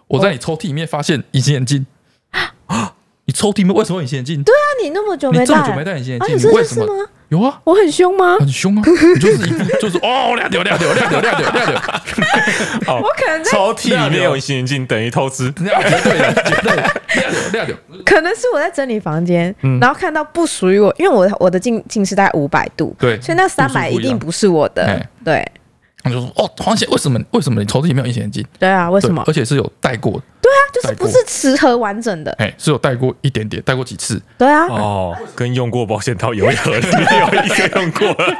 B: 我在你抽屉里面发现隐形眼镜，
D: 啊
B: 你抽屉里面为什么有隐形眼镜？对，
D: 那你那么久
B: 你
D: 没
B: 这
D: 戴，
B: 么久没戴隐形眼
D: 啊，
B: 镜，
D: 有
B: 你
D: 这
B: 为
D: 件
B: 什
D: 事
B: 么
D: 吗？
B: 有啊？”
D: 我很凶吗？
B: 很凶啊！你就是一副就是哦，亮掉亮掉亮掉亮掉亮掉，
C: 哦
E: 嗯
D: 我，可能在，
C: 抽屉里面有隐形眼镜等于偷吃，
B: 亮绝对的，绝对的亮掉亮掉。
D: 可能是我在整理房间，
B: 嗯
D: 然后看到不属于我，因为我我的近近视大概五百度，
B: 对，
D: 所以那三百
B: 度数
D: 一
B: 不一样
D: 定不是我的
B: 哎。
D: 对
B: 他就说：“哦，黄姐，为什么为什么你抽屉里没有隐形眼镜？
D: 对啊，为
B: 为
D: 什么？啊
B: 而且是有戴过的，
D: 就
B: 戴
D: 是
B: 过
D: 不是瓷盒完整的？
B: 哎，是有戴过一点点，戴过几次。
D: 对啊，
C: 哦，跟用过保险套有一盒里面有一个用 过了，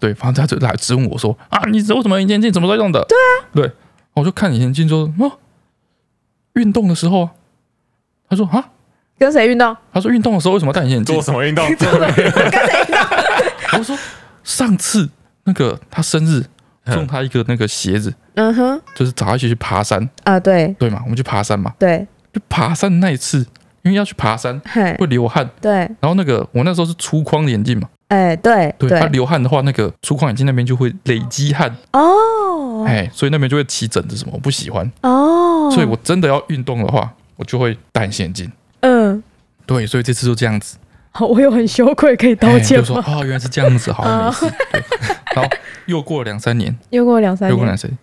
B: 对，反正他就来质问我说：啊，你为什么隐形眼镜什么时候用的？对啊，对，我就看隐形眼镜说：哦，运动的时候啊。他说：啊，
D: 跟谁 运动？
B: 他说运动的时候为什么要戴隐形眼
C: 做
B: 镜？
C: 什么运动？
B: 我说上次那个他生日送他一个那个鞋子，
D: 嗯哼，
B: 就是找他一起去爬山，
D: 啊，对
B: 对嘛，我们去爬山嘛，
D: 对，
B: 就爬山那一次，因为要去爬山
D: 嘿，
B: 会流汗，
D: 对，
B: 然后那个我那时候是粗框的眼镜嘛。
D: 哎，对
B: 对，它流汗的话，那个粗框眼镜那边就会累积汗，
D: 哦
B: 哎、所以那边就会起疹子什么，我不喜欢。
D: 哦，
B: 所以我真的要运动的话，我就会带现金。
E: 嗯，
B: 对，所以这次就这样子，
E: 好，我有很羞愧，可以道
B: 哎
E: 歉
B: 就说
E: 吗？嗯
B: 哦，原来是这样子，好，没事。对，然后又过了两三年，
E: 又过两三
B: 又过了
E: 年，
B: 两三年，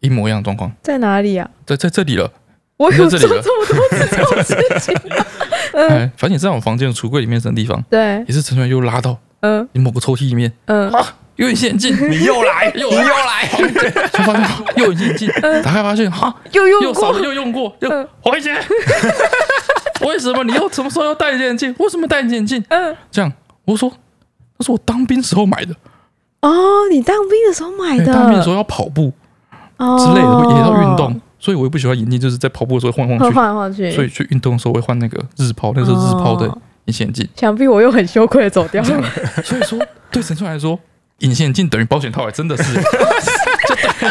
B: 一模一样的状况，
E: 在哪里啊？
B: 在在这里了。
E: 我有
B: 在
E: 做
B: 这
E: 这
B: 里了
E: 么多 次这种事情吗？嗯，
B: 哎，反正也是在我房间的橱柜里面什么地方，
E: 对，
B: 也是陈传又拉到
E: 嗯
B: 某个抽屉里面，
E: 嗯，
B: 啊，又有 现金，
C: 你又来，
B: 又来
C: 来，
B: 才发现哦又有现金，
E: 嗯
B: 打开发现哈，
E: 又
B: 又
E: 用
B: 少
E: 过
B: 了，又用过，
E: 嗯
B: 又回钱。 为什么你又什么时候要戴眼镜？为什么戴眼镜？
E: 嗯，
B: 这样我说，那是我当兵时候买的，
E: 哦，你当兵的时候买
B: 哎
E: 的，
B: 当兵的时候要跑步
E: 哦
B: 之类的，也要运动，，所以我也不喜欢眼镜，就是在跑步的时候晃来
E: 会
B: 晃去。
E: 换来换去，
B: 所以去运动的时候会换那个日抛，那时候日抛的
E: 哦
B: 隐形眼镜。
E: 想必我又很羞愧的走 掉了。
B: 所以说，对陈川来说，隐形眼镜等于保险套，哎，真的 是，就对，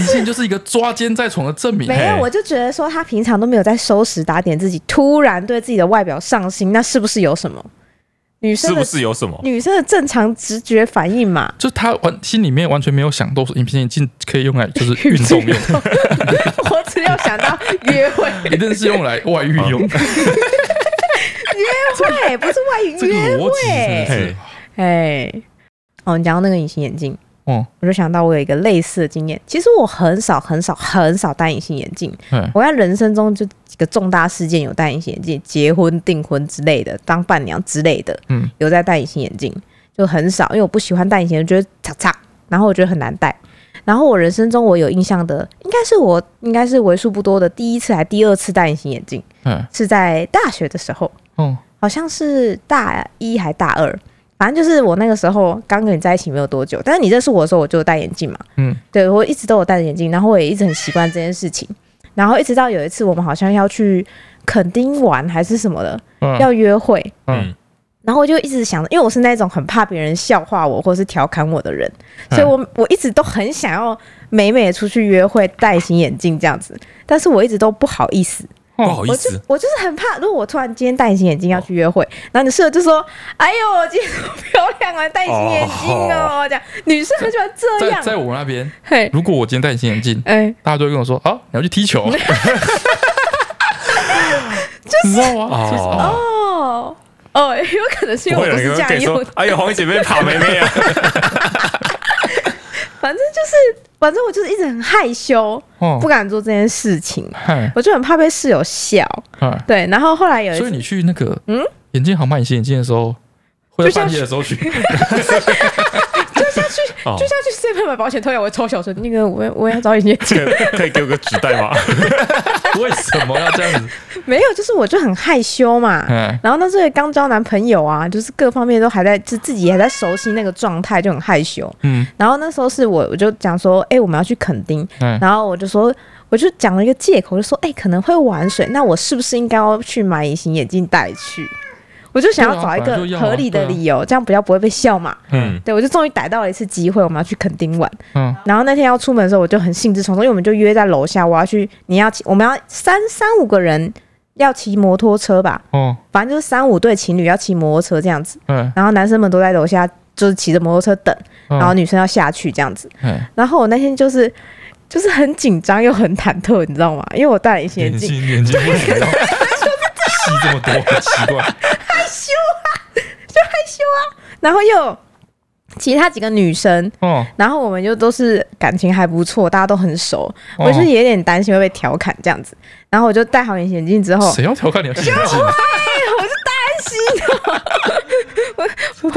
B: 隐形眼就是一个抓奸在床的证明。啊
D: 没有，我就觉得说他平常都没有在收拾打点自己，突然对自己的外表上心，那是不是有什么？女
C: 是
D: 生
C: 不
D: 的
C: 是有什么？
D: 女生的正常直觉反 应嘛？
B: 就他完心里面完全没有想到说隐形眼镜可以用来就是运动用，
E: 我只有想到约会，
B: 一定是用来外遇用。
D: 对，不是外语
B: 这个
D: 约
B: 逻辑真的
D: 会。
B: 是
C: 嘿，
E: 哎，
D: 哦，你讲到那个隐形眼镜，
B: 哦，
D: 我就想到我有一个类似的经验。其实我很少、很少、很少戴隐形眼镜。
B: 哎，
D: 我在人生中就几个重大事件有戴隐形眼镜，结婚、订婚之类的，当伴娘之类的，
B: 嗯，
D: 有在戴隐形眼镜，就很少，因为我不喜欢戴隐形眼镜，觉得嚓嚓，然后我觉得很难戴。然后我人生中我有印象的，应该是我应该是为数不多的第一次还第二次戴隐形眼镜，
B: 哎，
D: 是在大学的时候，
B: 哦，
D: 好像是大一还大二，反正就是我那个时候刚跟你在一起没有多久，但是你认识我的时候我就有戴眼镜嘛，
B: 嗯，
D: 对我一直都有戴着眼镜，然后我也一直很习惯这件事情。然后一直到有一次我们好像要去垦丁玩还是什么的，
B: 嗯
D: 要约会，
B: 嗯
C: 嗯，
D: 然后我就一直想着，因为我是那种很怕别人笑话我或是调侃我的人，所以我我一直都很想要美美地出去约会，戴隐形眼镜这样子，但是我一直都不好意思，
C: 嗯
E: 哦
C: 不
B: 哦
C: 好意
D: 我就
C: 思，
D: 我就是很怕，如果我突然今天戴隐形眼镜要去约会，然后你室友就说：“哎呦，我今天好漂亮啊，戴隐形眼镜哦。这样女生很喜欢这
B: 在
D: 样，
B: 在我那边，
D: 嘿，
B: 如果我今天戴隐形眼 镜，
D: 哎，
B: 大家都会跟我说啊，你要去踢 球，你知道吗？就是哦，
E: 哦 哦，有可能是因
C: 不
E: 为
C: 会
E: 我
C: 有
E: 不是
C: 人
E: 这样
C: 跟你
E: 用
C: 说，哎呦，黄姐妹跑妹 妹啊，
D: 反正就是，反正我就是一直很害羞，
B: 哦
D: 不敢做这件事情，
B: 嗨
D: 我就很怕被室友笑。
B: 嗨，
D: 对，然后后来有一
B: 所以
D: 次，
B: 你去那个
D: 嗯
B: 眼镜行买隐形眼镜的时候，会
E: 就
B: 在
E: 像
B: 半夜的时候去，
C: 哦
E: 就像去 C 买保险套，我抽小说那个我我要找你，
C: 这个可以给我个纸袋吗？
B: 为什么要这样子？
D: 没有，就是我就很害羞嘛。
C: 嗯
B: 哎，
D: 然后那时候也刚交男朋友啊，就是各方面都还在，就自己还在熟悉那个状态，就很害羞。
B: 嗯，
D: 然后那时候是我，我就讲说，哎、我们要去垦丁，
B: 哎，
D: 然后我就说，我就讲了一个借口，就说，哎、可能会玩水，那我是不是应该要去买隐形眼镜戴去？我就想要
B: 对啊
D: 找一
B: 本来
D: 个
B: 就要啊
D: 合理的
B: 对啊
D: 理由，这样比较不会被笑嘛。
C: 嗯，
D: 对，我就终于逮到了一次机会，我们要去垦丁玩。
B: 嗯，
D: 然后那天要出门的时候，我就很兴致冲冲，因为我们就约在楼下，我要去，你要骑，我们要三三五个人要骑摩托车吧，
B: 哦，
D: 反正就是三五对情侣要骑摩托车这样子，
B: 哎，
D: 然后男生们都在楼下，就是骑着摩托车等，
B: 嗯
D: 然后女生要下去这样子。
B: 哎，
D: 然后我那天就是就是很紧张又很忐忑，你知道吗？因为我戴了隐形眼
B: 眼
D: 镜，
B: 镜眼镜不能到，戏这么多，很奇 怪。
D: 然后又其他几个女生，
B: 哦，
D: 然后我们就都是感情还不错，大家都很熟，
B: 哦
D: 我就是有点担心会被调侃这样子。然后我就戴好隐形眼镜之后，
B: 谁要调侃你的 眼镜？
D: 这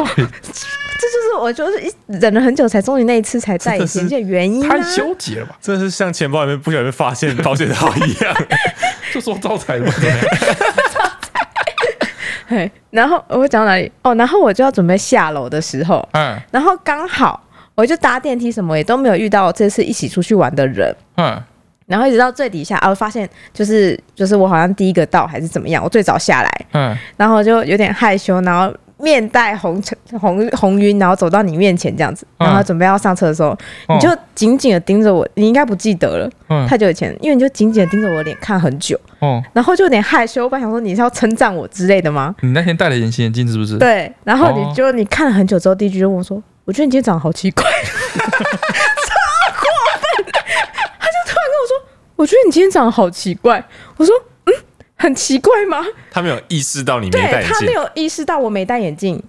D: 就是我就是一忍了很久才终于那一次才戴隐形眼镜的原因、啊
B: 太。纠结了吧？
C: 真的是像钱包里面不小心被发现保险套一样，
B: 就说招财的吧，怎么样？
D: 嘿然后我讲到哪里？哦，然后我就要准备下楼的时候，
B: 哎
D: 然后刚好我就搭电梯，什么也都没有遇到这次一起出去玩的人。
B: 哎
D: 然后一直到最底下，啊，我发现就是就是我好像第一个到还是怎么样，我最早下来，
B: 哎，
D: 然后我就有点害羞，然后面带红尘红红晕，然后走到你面前这样子，
B: 嗯
D: 然后准备要上车的时候，你就紧紧的盯着我，你应该不记得了，
B: 哦嗯
D: 太久以前，因为你就紧紧的盯着我的脸看很久，
B: 哦，
D: 然后就有点害羞，我本来想说你是要称赞我之类的吗？
B: 你那天戴了隐形眼镜是不是？
D: 对，然后你
B: 哦
D: 就你看了很久之后，第一句就问我说：“我觉得你今天长得好奇 怪。”超过分！他就突然跟我说：“我觉得你今天长得好奇怪。”我说：“嗯很奇怪吗？
C: 他没有意识到你没戴
D: 对
C: 眼
D: 他
C: 镜
D: 没，有意识到我没戴眼镜，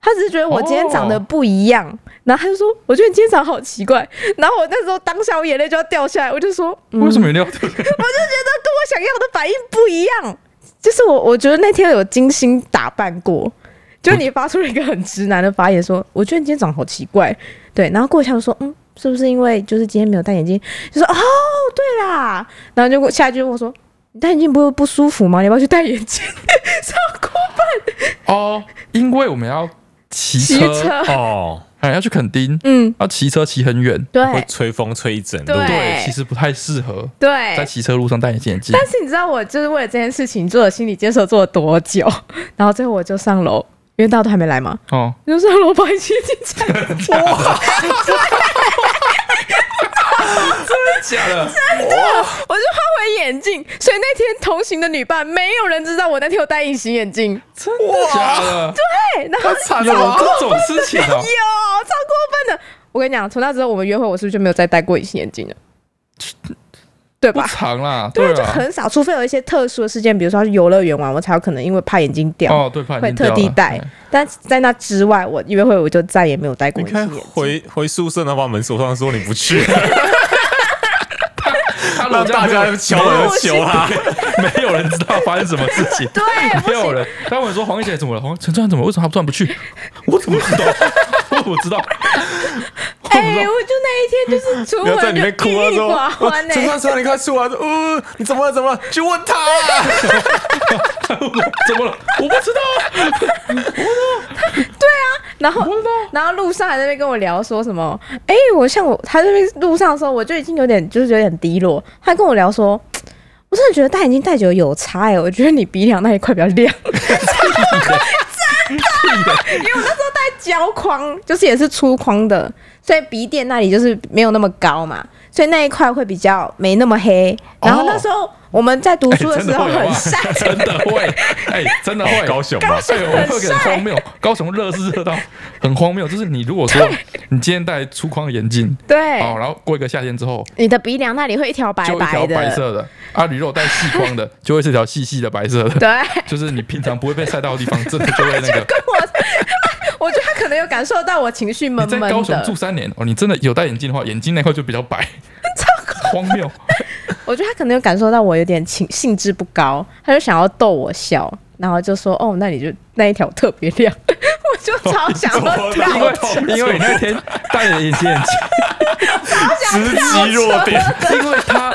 D: 他只是觉得我今天长得
B: 哦
D: 不一样，然后他就说：“我觉得你今天长得好奇怪。”然后我那时候当下我眼泪就要掉下来，我就说：“嗯，
B: 为什么一定要 这个？
D: 跟我想要的反应不一样。”就是我，我觉得那天有精心打扮过。就你发出了一个很直男的发言，说：“我觉得你今天长得好奇怪。”对，然后过一下就说：“嗯，是不是因为就是今天没有戴眼镜？”就说：“哦，对啦。”然后就过下一句就问我说：“你戴眼镜不会不舒服吗？你要不要去戴眼镜？” 超酷，
B: 哦，因为我们要骑
D: 骑
B: 车，
D: 车，
C: 哦，
B: 还要去垦丁，
D: 嗯，
B: 要骑车骑很远，
C: 会
D: 对
C: 吹风吹一整路，
D: 对
B: 其实不太适合在
D: 对。
B: 骑车路上戴隐形眼镜
D: 但。是你知道我就是为了这件事情做了心理建设做了多久？然后最后我就上楼，因为大家都还没来嘛，
B: 哦，
D: 我就上楼把眼镜摘了。
B: 假的，
D: 我就换回眼镜，所以那天同行的女伴没有人知道我那天有戴隐形眼镜。
B: 真的假的？
D: 对，然后
B: 太惨了，有这种事情啊
D: 有！超过分的。我跟你讲，从那之后我们约会，我是不是就没有再戴过隐形眼镜了？对
B: 不
D: 吧？
B: 长啦，
D: 对，就
B: 啊，
D: 很少，除非有一些特殊的事件，比如说要去游乐园玩，我才有可能因为怕眼镜掉。
B: 哦，对，怕
D: 会
B: 已经掉
D: 特
B: 了
D: 地戴
B: 哎，
D: 但在那之外，我约会我就再也没有戴过
C: 你
D: 隐形
C: 看
D: 眼镜。
C: 回回宿舍那把门锁上，说你不 去，
B: 他
C: 让大家
B: 求
C: 求而求他。
B: 没有人知道发生什么事情，
D: 对，
B: 没有人。他问说黄奕姐怎么了？黄陈川怎么？为什么他突然不去？我怎么知道？ 我怎么知道？我怎么
D: 哎、
B: 知道？
D: 我就那一天就是出
C: 不要在里面
D: 门
C: 哭
D: 就郁
C: 啊！
D: 郁寡
C: 说
D: 欢呢、
C: 陈川，陈川，你快出来！呃，你怎么了？怎么了？去问他啊！
B: 怎么了？我不知道啊。
D: 然后，然后路上还在那边跟我聊说什么？哎、我像我他这边路上的时候，我就已经有点就是有点低落。他跟我聊说，我真的觉得戴眼镜戴久了有差哎、我觉得你鼻梁那一块比较 亮。因为我那时候戴胶框，就是也是粗框的，所以鼻垫那里就是没有那么高嘛，所以那一块会比较没那么黑。然后那时候我们在读哎书的时候很晒，
B: 真的会， 哎，真的
C: 哦
B: 会。
C: 高雄吧，
B: 哎呦，我会很荒谬。高雄热是热到很荒谬，就是你如果说你今天戴粗框眼镜，
D: 对，
B: 哦，然后过一个夏天之后，
D: 你的鼻梁那里会一条白
B: 就一条
D: 的，
B: 白色的。啊，你如果戴细框 的，就会是一条细细的白色的。
D: 对。
B: 就是你平常不会被晒到的地 方，真的就会那个。
D: 我觉得他可能有感受到我情绪闷
B: 你在
D: 闷
B: 高雄 住
D: 的，
B: 三年哦，你真的有戴眼镜的话，眼睛那块就比较 白，荒谬。
D: 我觉得他可能有感受到我有点情兴致不高，他就想要逗我笑，然后就说：“哦，那你就那一条特别亮。” 我就 超想要
B: 因
C: 怎
D: 跳
C: 么，
B: 为因为你那天戴了隐 形眼镜，
C: 直击弱点，
B: 因为他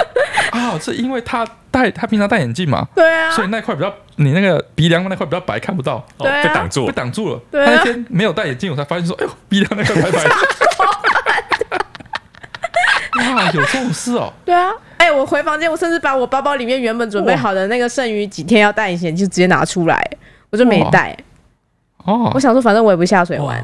B: 啊、是因为他戴他平常戴眼镜嘛，
D: 对啊，
B: 所以那块比较你那个鼻梁那块比较白，看不到，
C: 哦
D: 啊
C: 被挡住
B: 被。挡住了。
D: 对啊
B: 他那天没有戴眼镜，我才发现说， 哎呦，鼻梁那块白白的。 哇，有这种事哦！
D: 对啊，哎、我回房间，我甚至把我包包里面原本准备好的那个剩余几天要戴隐形眼镜直接拿出来，我就没
B: 哇
D: 戴。我
B: 哦，
D: 想说，反正我也不下水玩，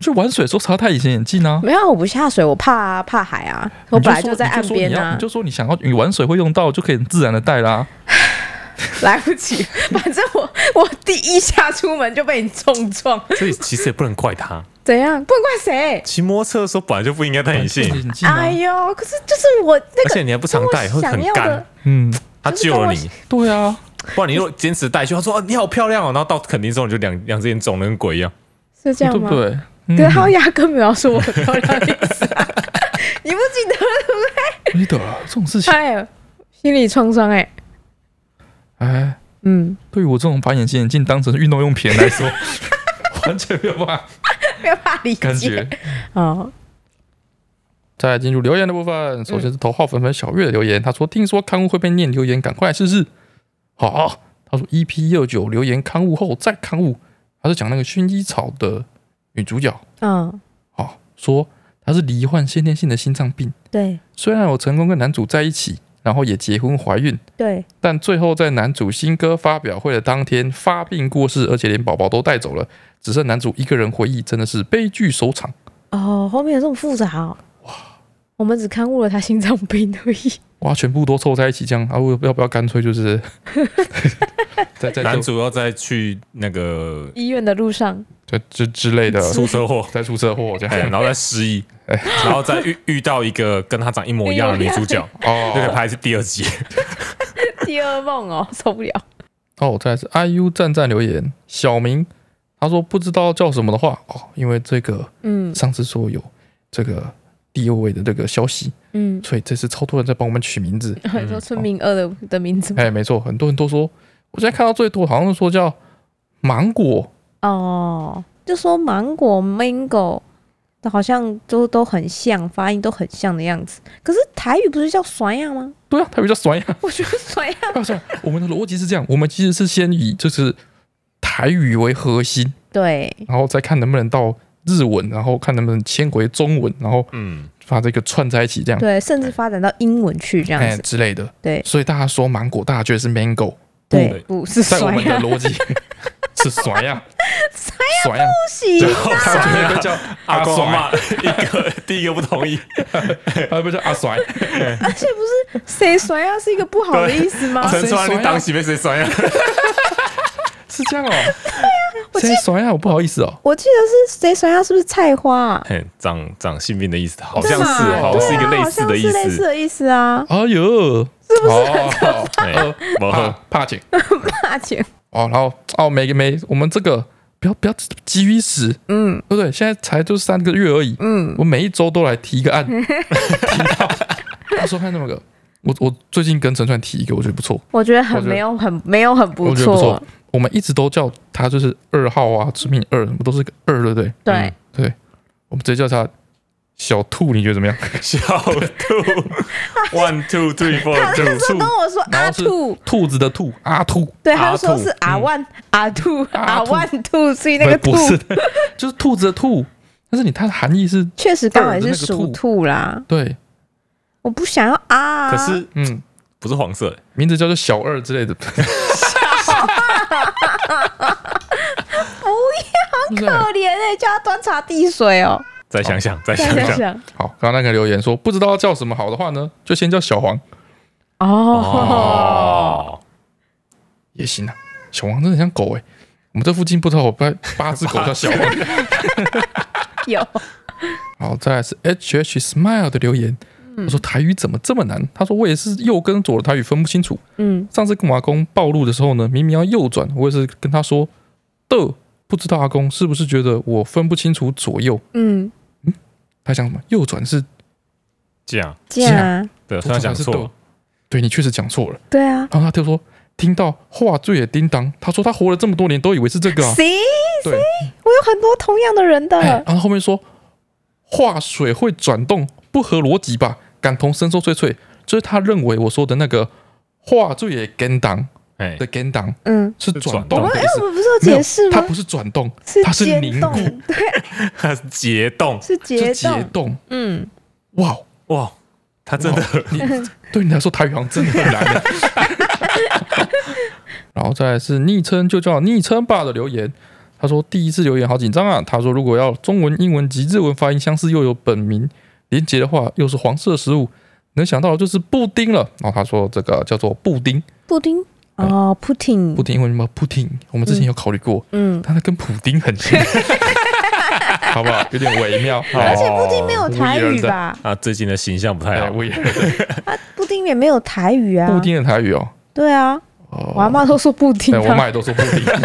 B: 去玩水的时候才戴隐形眼镜啊。
D: 没有，我不下水，我怕啊，怕海啊，我本来就在岸边啊
B: 你，就说你想要你玩水会用到，就可以很自然的带啦。啊
D: 来不及。反正我 我第一下出门就被你重撞，
C: 所以其实也不能怪他，
D: 怎样？不能怪 谁。
C: 骑摩托车的时候本来就不应该戴眼镜，
B: 很近
D: 哎
B: 啊。
D: 呦，可是就是我那
C: 而且
D: 个
C: 你还不常戴，
D: 跟我
C: 会
D: 想
C: 很
D: 要的
C: 干。
B: 嗯，
C: 他
D: 就是
C: 救
D: 跟我
C: 了你，
B: 对啊，
C: 不然你如果坚持戴去，他说、啊、你好漂亮哦，然后到肯定之后你就两两只眼肿得跟鬼一样。
D: 是这
B: 对
D: 样
B: 不
D: 吗？
B: 对？嗯
D: 对，他压根没有说我很漂亮的意思啊，你不记得了对不对？
B: 你得了这种事情，
D: 哎，心理创伤哎，
B: 哎，
D: 嗯，
B: 对于我这种把隐形眼镜当成运动用品来说， 完全没有办法
D: 没有办法理
B: 感
D: 解
B: 觉。
D: 哦，
B: 再来进入留言的部分，首先是头号粉粉小月的留言，他说：“听说刊物会被念留言，赶快来试试。”好，他说：“EP 六九留言刊物后再刊物，他，E 是讲那个薰衣草的女主角，
D: 嗯，
B: 好说她是罹患先天性的心脏病，
D: 对
B: 虽然我成功跟男主在一起，然后也结婚怀孕，
D: 对，
B: 但最后在男主新歌发表会的当天发病过世，而且连宝宝都带走了，只剩男主一个人回忆，真的是悲剧收场。
D: 哦，后面有这么复杂哦。我们只刊物了他心脏病而已。
B: 哇，全部都凑在一起这样啊！我要不要干脆就是 在在
C: 男主要再去那个
D: 医院的路上，
B: 就就之类的
C: 出车祸，
B: 在出车祸这
C: 嗯哎，
B: 样
C: 然后再失忆，然后再遇遇到一个跟他长一模一样的女主角，
B: 哦
C: 那个拍是第二集，
D: 第二梦哦，受不了。
B: 哦，再来是 IU 赞赞留言，小明他说不知道叫什么的话哦，因为这个
D: 嗯
B: 上次说有这个第二位的这个消息，
D: 嗯，
B: 所以这次超多人在帮我们取名字。
C: 嗯
D: 你说村民二的的名字吗
B: 哎，没错，很多人都说，我现在看到最多好像是说叫芒果，
D: 哦，就说芒果 mango，好像都都很像，发音都很像的样子。可是台语不是叫酸 样吗？
B: 对啊，台语叫酸呀。
D: 我觉得 酸样
B: 不要说我们的逻辑是这样，我们其实是先以就是台语为核心，
D: 对，
B: 然后再看能不能到日文，然后看能不能迁回中文，然后
C: 嗯，
B: 把这个串在一起这样，
D: 对，甚至发展到英文去这
B: 哎
D: 样子。
B: 之类的。
D: 对
B: 所以大家说芒果，大家觉得是 mango，
D: 对，不是
B: 在我
D: 酸
B: 们的
D: 呀，
B: 逻辑是甩呀，甩呀，啊
D: 不行
C: 最。后
B: 他
C: 他
B: 绝
C: 觉
B: 对
C: 得
B: 叫
C: 阿
B: 阿
C: 公阿
B: 甩，
C: 妈一个第一个不同意，
B: 他不叫阿甩，
D: 而且不是谁酸呀是一个不好的意思吗？
B: 对
C: 陈川
B: 谁
C: 你
B: 甩啊
C: 当时被谁甩啊？
B: 是这样哦。现在甩呀，我不好意思哦。
D: 我记得是谁酸呀是不是菜花啊？
C: 嘿长长性病的意思，好
D: 对
C: 像
D: 嘛
C: 是，好像
D: 对
C: 是一个
D: 啊
C: 类
D: 好
C: 似
D: 像
C: 的意
D: 是类似
C: 思。
D: 的意思啊。
B: 哎呦，是不是很可
C: 哎，不
B: 怕
C: 好，
B: 怕紧
D: 大姐，
B: 哦？然后哦，没没，我们这个不要不要急于死，
D: 嗯
B: 对不对？现在才就三个月而已，
D: 嗯，
B: 我每一周都来提一个案，提到到时候看那么个。我我最近跟陈川提一个，我觉得不错，
D: 我觉得很
B: 我觉得
D: 没有很没有很
B: 我
D: 不
B: 觉得不错
D: 错，。
B: 我们一直都叫他就是二号啊，致命二，什么都是个二，对不嗯对？
D: 对，
B: 我们直接叫他小兔，你觉得怎么 样？
C: 小兔，one two three four
D: 他那时候
C: two
D: 跟我说
B: 然
D: 阿
B: 后是
D: 兔，
B: 兔子的兔，阿兔，
D: 对，他就说
C: 兔
D: 是阿万阿兔
B: 阿
D: 阿
B: 兔
D: 万兔，所以那个
B: 不
D: 兔
B: 不是，就是兔子的兔。但是你它的含义是
D: 确实刚好也
B: 二
D: 是
B: 的那个
D: 属
B: 兔
D: 兔啦。
B: 对，
D: 我不想要啊，
C: 可是
B: 嗯，
C: 不是黄色的，
B: 名字叫做小二之类的，不要
D: 可怜哎，叫他端茶递水哦。
C: 再想想，再
D: 再
C: 想
D: 想
C: 想，
D: 想
B: 好，刚刚那个留言说不知道叫什么好的话呢，就先叫小黄
D: 哦，
C: 哦，
B: 也行啊。小黄真的很像狗哎、我们这附近不知道有八八只狗叫小黄。
D: 有
B: 好，再来是 H H Smile 的留言，他说台语怎么这么难？他说我也是右跟左的台语分不清楚。
D: 嗯，
B: 上次跟我阿公暴露的时候呢，明明要右转，我也是跟他说的，不知道阿公是不是觉得我分不清楚左右？
D: 嗯，
B: 他想什么？右转是
C: 这样
D: 这样啊，
C: 对，
B: 左
C: 虽
B: 转
C: 然讲
B: 还是的
C: 错，，
B: 对你确实讲错了。
D: 对啊，
B: 然后他就说听到话最也叮当，他说他活了这么多年都以为是这个、啊，
D: 谁？
B: 对，
D: 我有很多同样的人
B: 哎
D: 的，
B: 然后后面说话水会转动，不合逻辑吧？感同身受脆脆，就是他认为我说的那个话最也叮当
C: 哎
B: 的，叮当
D: 嗯，
B: 是
C: 是
B: 转
C: 转
B: 动
C: 动
B: 的意
D: 我
B: 思。
D: 们不是有
B: 没有
D: 解释
B: 它
D: 吗
B: 不？是转动，它是
D: 是
B: 凝
D: 结
B: 固
D: 冻，对，
C: 结冻，
D: 是
B: 是
D: 结
B: 解
D: 冻，
B: 冻。
D: 嗯，
B: 哇，哦
C: 哇，他真的
D: 哦
B: 对你来 说台语好像真的很难。啊 然后再来是昵称，就叫昵称吧的留言。他说第一次留言好紧张啊。他说如果要中文、英文及日文发音相似又有本名连结的话，又是黄色食物，能想到的就是布丁了。然后他说这个叫做布丁，
D: 布丁
B: 哎
D: 哦，布丁
B: 布，丁英文叫 pudding，我们之前有考虑过，
D: 嗯，
B: 但它跟普丁很 像，好不好？有点微妙。
D: 而
B: 好，
D: 且布丁没有
B: 哦
D: 台语吧？
C: 啊，最近的形象不太
B: 哎，
C: 好，
B: 我也
D: 啊，布丁也没有台语啊。
B: 布丁的台语哦。
D: 对啊，我阿
B: 哦，
D: 妈都说布丁
B: 对我
D: 啊。
B: 妈也都说布丁。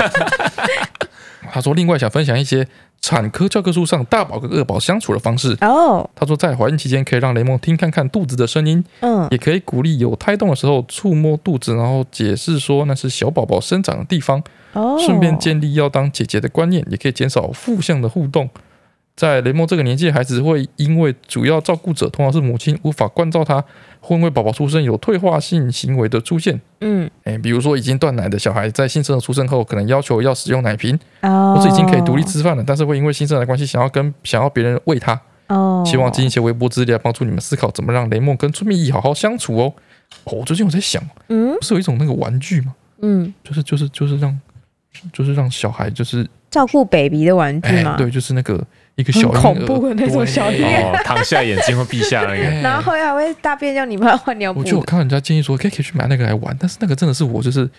B: 他说，另外想分享一些产科教科书上大宝跟二宝相处的方式。
D: 哦，
B: 他说，在怀孕期间可以让雷蒙听看看肚子的声音，
D: 嗯
B: 也可以鼓励有胎动的时候触摸肚子，然后解释说那是小宝宝生长的地方，
D: 哦，
B: 顺便建立要当姐姐的观念，也可以减少负向的互动。在雷蒙这个年纪的孩子，会因为主要照顾者通常是母亲，无法关照他，会因为宝宝出生有退化性行为的出现，
D: 嗯
B: 诶，哎比如说已经断奶的小孩，在新生儿出生后，可能要求要使用奶瓶，
D: 哦，
B: 或是已经可以独立吃饭了，但是会因为新生儿的关系，想要跟想要别人喂他。
D: 哦，
B: 希望进行一些微波之力来帮助你们思考怎么让雷梦跟春蜜意好好相处哦。哦，我最近我在想，
D: 嗯
B: 不是有一种那个玩具吗？
D: 嗯，
B: 就是就是就是让就是让小孩就是
D: 照顾 baby 的玩具
B: 哎、
D: 嘛，
B: 对，就是那个一个
D: 很
B: 小婴
D: 恐
B: 儿
D: 怖的那种
B: 对
D: 小婴
B: 哎
D: 儿
C: 哦，躺下眼睛会闭下那 个，
D: 然后还会大便叫你妈换尿布
B: 我就有
D: 的，
B: 看到人家建议说，可以可以去买那个来玩，但是那个真的是我就是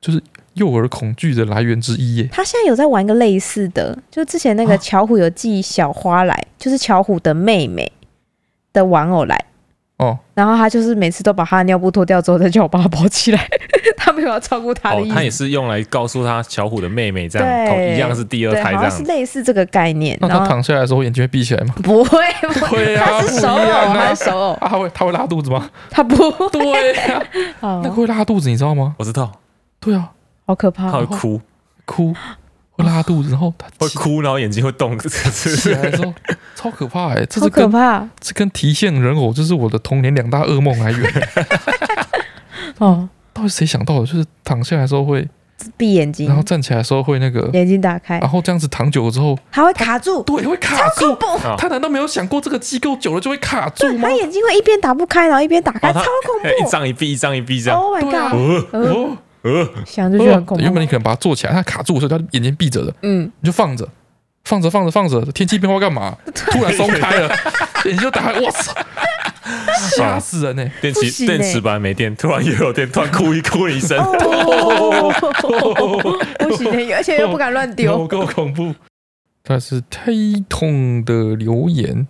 B: 就是幼儿恐惧的来源之一耶。
D: 他现在有在玩一个类似的，就之前那个
B: 啊哦
D: 巧虎有寄小花来，就是巧虎的妹妹的玩偶来，
B: 哦，
D: 然后他就是每次都把他的尿布脱掉之后，再叫我帮他包 起来，他没有要照顾他的
C: 哦
D: 意，思。
C: 他也是用来告诉他小虎的妹妹这样，同
D: 对，
C: 一样是第二
D: 对
C: 胎
D: 好
C: 这
D: 像是
C: 样。
D: 类似这个概念。
B: 那
D: 然
B: 他
D: 后
B: 躺下来的时候眼睛会闭起来吗？
D: 不会，不
B: 会啊
D: 他是手
B: 不一样
D: 偶，
B: 啊
D: 他是手偶，
B: 啊，他会他会拉肚子吗？
D: 他不会。
B: 对啊呀、 那个
D: 哦
B: 会拉肚子，你知道吗？
C: 我知道，
B: 对啊，
D: 好可
C: 他
D: 怕
C: 会
D: 哦！
C: 哭，
B: 哭会拉肚子，然后他
C: 会
B: 起
C: 哭，然后眼睛会动，
B: 起
C: 是
B: 来
D: 啊
B: 的时候超可怕哎、这
D: 好
B: 是
D: 可
B: 跟
D: 怕
B: 这跟提线人偶，这是我的童年两大噩梦来 源。
D: 哦！
B: 到底谁想到的？就是躺下来的时候会，
D: 闭眼睛
B: 然，后站起来的时候会那个，
D: 眼睛打开
B: 然，后这样子躺久了之后，
A: 他会卡住，
B: 对，会卡
A: 超恐
B: 住。
A: 怖。
C: 哦
B: 他难道没有想过这个机构久了就会卡住
D: 对，
B: 吗
D: 他？眼睛会一边打不开，然后一边打开，
C: 哦他
D: 超恐
C: 一
D: 怖
C: 张一闭，一张一闭这样。
D: ！Oh my
B: 对啊
D: god！
C: 呃
D: 呃
B: 哦，
C: 呃，
D: 想就觉得很恐
B: 哦原本你
D: 怖。
B: 可能把它做起来，它卡住，所以它眼睛闭着的，
D: 嗯，
B: 你就放着，放着放着放着，天气变化干嘛？突然松开 了，眼睛就打开，我操， 吓死人呢、
C: 电
D: 不
C: 池
D: 行欸
C: 电池板没电，突然又有电，突然哭一哭一声。
D: 哦，不行的，而且又不敢乱
B: 有
D: 丢。
B: 够恐怖。但是太痛的留言，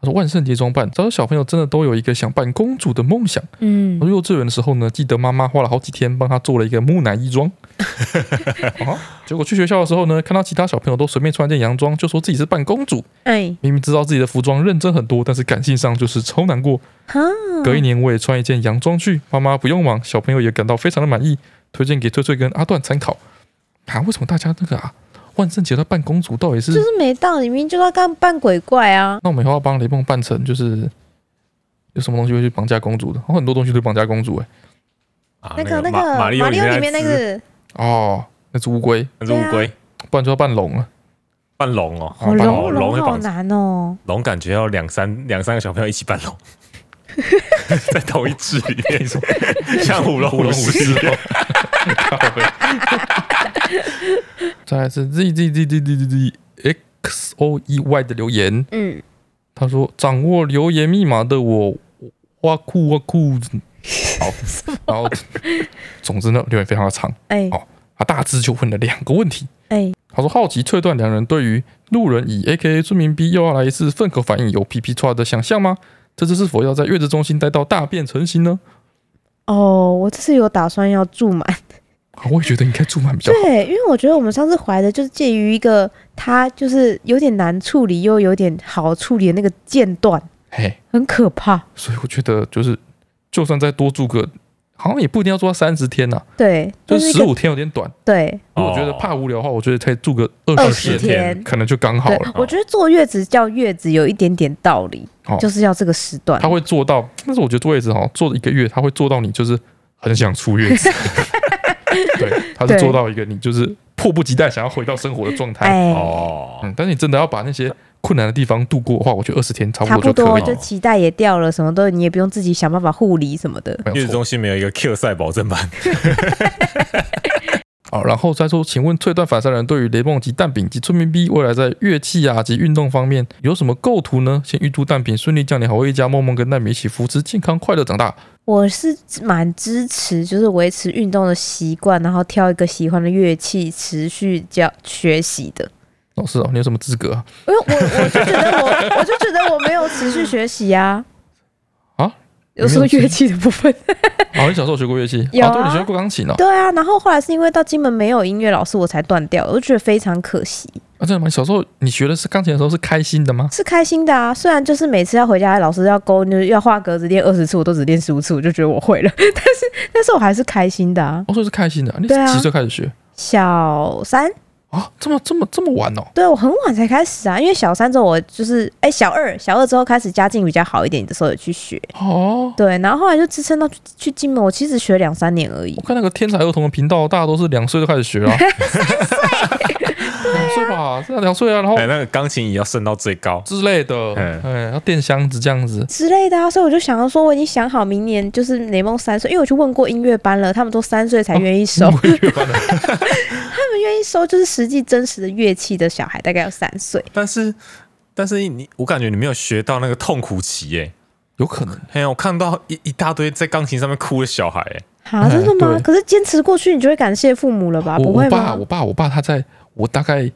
B: 他说万圣节装扮，他说小朋友真的都有一个想扮公主的梦想。
D: 嗯
B: 我，幼稚园的时候呢，记得妈妈花了好几天帮她做了一个木乃伊 装。啊，结果去学校的时候呢，看到其他小朋友都随便穿件洋装，就说自己是扮公主。
D: 哎，
B: 明明知道自己的服装认真很多，但是感性上就是超难过。
D: 哈，
B: 隔一年我也穿一件洋装去，妈妈不用忙，小朋友也感到非常的满意，推荐给翠翠跟阿段参考。啊，为什么大家那个啊，万圣节的扮公主到底是？
D: 就是没到，你明明就要干扮鬼怪啊！
B: 那我们以后要帮雷梦扮成就是有什么东西会去绑架公主的？哦、很多东西都绑架公主哎、
C: 啊
D: 那嗯个那
C: 马
D: 个
C: 马里奥
D: 里奥里
C: 面
D: 面那
C: 只
D: 个
B: 哦，那只乌龟，
C: 那只乌龟
B: 不然就要扮龙啊了。
C: 扮龙哦，
B: 好吧
D: 龙
C: 龙
D: 龙
C: 会
D: 好
C: 绑
D: 难哦，
C: 龙感觉要两三两三个小朋友一起扮龙，在同一只里面，像舞龙舞狮哦。
B: 再来是 z z z z z z z x o e y 的留言，
D: 嗯，
B: 他说掌握留言密码的我，哇酷哇酷， 好，然后总之呢，留言非常的长。
D: 哎
B: 哦他大致就问了两个问题。
D: 哎，
B: 他说：“好奇翠段两人对于路人乙 A.K.A 孙明斌又要来一次粪口反应有 P.P. 叉的想象吗？这次是否要在月子中心待到大便成型呢
D: 哦，我这次有打算要住满，？”
B: 啊，我也觉得应该住满比较好。
D: 对，因为我觉得我们上次怀的就是介于一个它就是有点难处理又有点好处理的那个间断，
B: 嘿，
D: 很可怕。
B: 所以我觉得就是，就算再多住个，好像也不一定要住到三十天呐、
D: 对，
B: 就
D: 就是是一
B: 十
D: 个
B: 五天有点短。
D: 对
B: 如果觉得怕无聊的话，我觉得可以住个二
D: 二
B: 十
D: 十
B: 天，
D: 天。
B: 可能就刚好
D: 对
B: 了。，
D: 我觉得坐月子叫月子有一点点道理，
B: 哦
D: 就是要这个时段
B: 他。会做到，但是我觉得坐月子哈，做一个月，他会做到你就是很想出 月子，对，他是
D: 对
B: 做到一个你就是迫不及待想要回到生活的状态。
D: 哎，
C: 哦，
B: 嗯，但是你真的要把那些困难的地方度过的话，我觉得二十天差
D: 差
B: 不多
D: 不
B: 就可
D: 多
B: 以了
D: 就脐带也掉了，什么都你也不用自己想办法护理什么的。，
B: 没
C: 月
B: 有
C: 子
B: 错。
C: 中心没有一个 Q 赛保证版，
B: 好，然后再说，请问翠段反三人对于雷梦及蛋饼及村民 B 未来在乐器啊及运动方面有什么构图呢？先预祝蛋饼顺利降临好味一家，梦梦跟蛋饼一起扶持健康快乐长大。
D: 我是蛮支持，就是维持运动的习惯，然后挑一个喜欢的乐器持续教学习的。
B: 老师哦，你有什么资 格啊？
D: 因为我我就觉得我我就觉得我没有持续学习啊。
B: 啊？
D: 有说乐器的部分，
B: 哦，你小时候有学过乐器？
D: 有
B: 哦，对，你
D: 啊
B: 学过钢琴哦。
D: 对啊，然后后来是因为到金门没有音乐老师，我才断掉，我就觉得非常可惜，
B: 啊，真的吗？你小时候你学的是钢琴的时候是开心的吗？
D: 是开心的啊。虽然就是每次要回家，老师要勾，就是要画格子练二十次，我都只练十五次，我就觉得我会了，但 是但是我还是开心的啊。
B: 哦，所以是开心的啊。你
D: 对啊
B: 几岁开始学
D: 小三
B: 啊？这么这么这么晚哦？
D: 对我很晚才开始啊，因为小三之后我就是哎、小二，小二之后开始家境比较好一点的时候有去学，
B: 哦，
D: 对，然后后来就支撑到去去金门，我其实学两三年而已
B: 我。看那个天才儿童的频道，大家都是两岁就开始 学啊，两岁吧，是啊，两岁啊，然后
C: 哎，那个钢琴也要升到最高。
B: 之类的，
C: 嗯
B: 哎，要垫箱子这样子。
D: 之类的啊，所以我就想要说，我已经想好明年就是雷梦三岁，因为我去问过音乐班了，他们都三岁
B: 哦
D: 才愿意收，
B: 我也觉得蛮
D: 他们愿意收就是实际真实的乐器的小孩，大概有三岁。
C: 但是，但是你我感觉你没有学到那个痛苦期耶。
B: 有可能，
C: 哎呀，我看到一一大堆在钢琴上面哭的小孩，哎
D: 啊，真的
B: 哎
D: 吗
B: 对？
D: 可是坚持过去，你就会感谢父母了吧？
B: 我
D: 啊不
B: 我
D: 会
B: 爸
D: 吗
B: 我？爸我爸他在我大概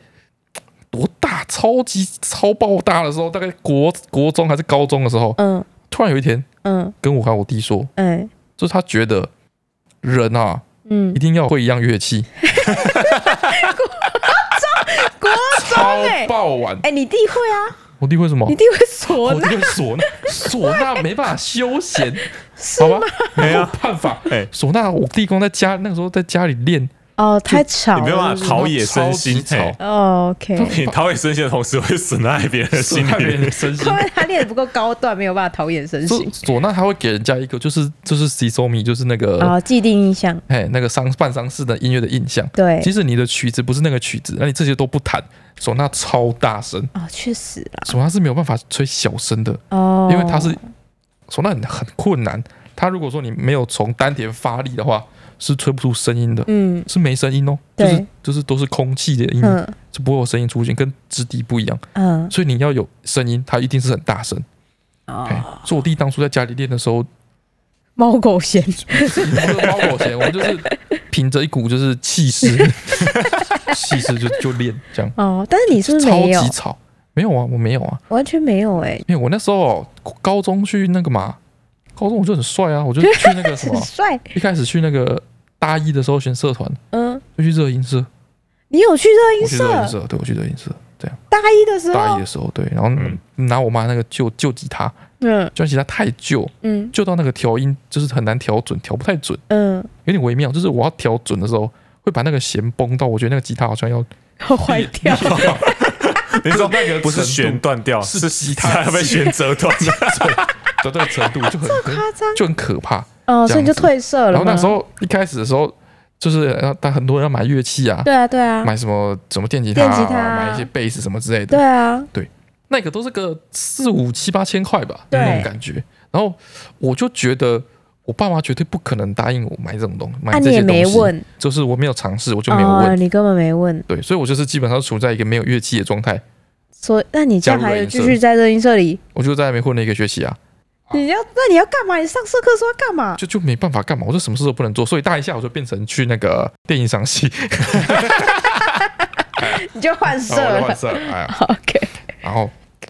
B: 多大，超级超爆大的时候，大概国国中还是高中的时候，
D: 嗯，
B: 突然有一天
D: 嗯，
B: 跟我和我弟说，
D: 哎，
B: 就是他觉得人啊
D: 嗯
B: 一，定要会一样乐器，
D: 国
B: 超
D: 中哎，
B: 爆玩。
D: 哎，你弟会啊？
B: 我弟会什么
D: 你？弟 会唢
B: 我弟
D: 呐？
B: 会唢呐，唢 呐没办法休闲，好吧？没有办法
C: 哎。
B: 唢呐，我弟光在家那个时候在家里练，
D: 哦，太吵
C: 你没有办
D: 了。
C: 法陶冶身
B: 超
C: 心，
B: 级吵
C: 嘿
D: 哦 OK，
C: 你陶冶身心的同时会损害别人的哎心
B: 损害别人
C: 灵
B: 的。身心
D: 因。 为他练的不够高段，没有办法陶冶身
B: 就
D: 心。
B: 唢呐，他会给人家一个就是就是 C so m 就是那个
D: 哦，既定印象，
B: 哎那个丧半丧事的音乐的印象。
D: 对，
B: 即使你的曲子不是那个曲子，那你这些都不弹，唢呐超大声，
D: 哦，确实啦，
B: 唢呐是没有办法吹小声的，
D: 哦，
B: 因为它是唢呐很很困难。它如果说你没有从丹田发力的话，是吹不出声音的，
D: 嗯
B: 是没声音哦，就
D: 对
B: 是就是都是空气的音，
D: 嗯
B: 是不会有声音出现，跟直笛不一样。
D: 嗯，
B: 所以你要有声音，它一定是很大声。哎
D: 哦，
B: 所以我弟当初在家里练的时候，
D: 猫狗嫌
B: 不是包裹鞋，我们就是凭着一股就是气 势，气势就就练这样，
D: 哦，但是你是不是
B: 超
D: 没有
B: 级？吵。没有啊，我没有啊，
D: 完全没有哎，
B: 因为我那时候哦高中去那个嘛，高中我就很帅啊，我就去那个什
D: 很
B: 么，
D: 帅，
B: 一开始去那个大一的时候选社团，
D: 嗯，
B: 就去热音社，
D: 你有去热音
B: 我去热音
D: 社？啊
B: 社，对我去热音社，
D: 大一的时
B: 大一
D: 候
B: 的，时候对，然后
C: 嗯
B: 拿我妈那个旧旧吉他，
D: 嗯
B: 旧吉他太旧，
D: 嗯
B: 旧到那个调音就是很难调准，调不太准，
D: 嗯，
B: 有点微妙，就是我要调准的时候会把那个弦绷到，我觉得那个吉他好像要
D: 坏 掉，
C: 你说那
B: 个
C: 不是
B: 程度
C: 弦断掉，
B: 是
C: 是
B: 吉他
C: 被弦折断。
B: 的这个程度就很很
D: 夸张
B: 就很可怕。
D: 哦，
B: 这样子
D: 所以你就退社
B: 然
D: 了
B: 后
D: 吗。
B: 那时候一开始的时候，就是呃但很多人要买乐器啊，
D: 对啊对啊
B: 买什么什么电吉他、啊、
D: 电吉他啊
B: 买一些贝斯什么之类
D: 对
B: 的，
D: 啊，
B: 那个都是个四五七八千块吧，
D: 对
B: 那种感觉。然后我就觉得我爸妈绝对不可能答应我买这种东西，
D: 啊
B: 买这
D: 你也
B: 些
D: 没
B: 东西，
D: 问，
B: 就是我没有尝试，我就没有问。
D: 哦，你根本没问，
B: 对，所以我就是基本上处在一个没有乐器的状态，
D: 所以那你这样
B: 加入
D: 还
B: 热
D: 有
B: 音社
D: 继续在热音社里？
B: 我就在那边混了一个学期啊，
D: 你要那你要干嘛？你上社课说要干嘛？
B: 就就没办法干嘛，我就什么事都不能做，所以大一下我就变成去那个电影赏析，
D: 你就换社
B: 然后我就
D: 了
B: 换。色了，哎呀，
D: OK，
B: 然后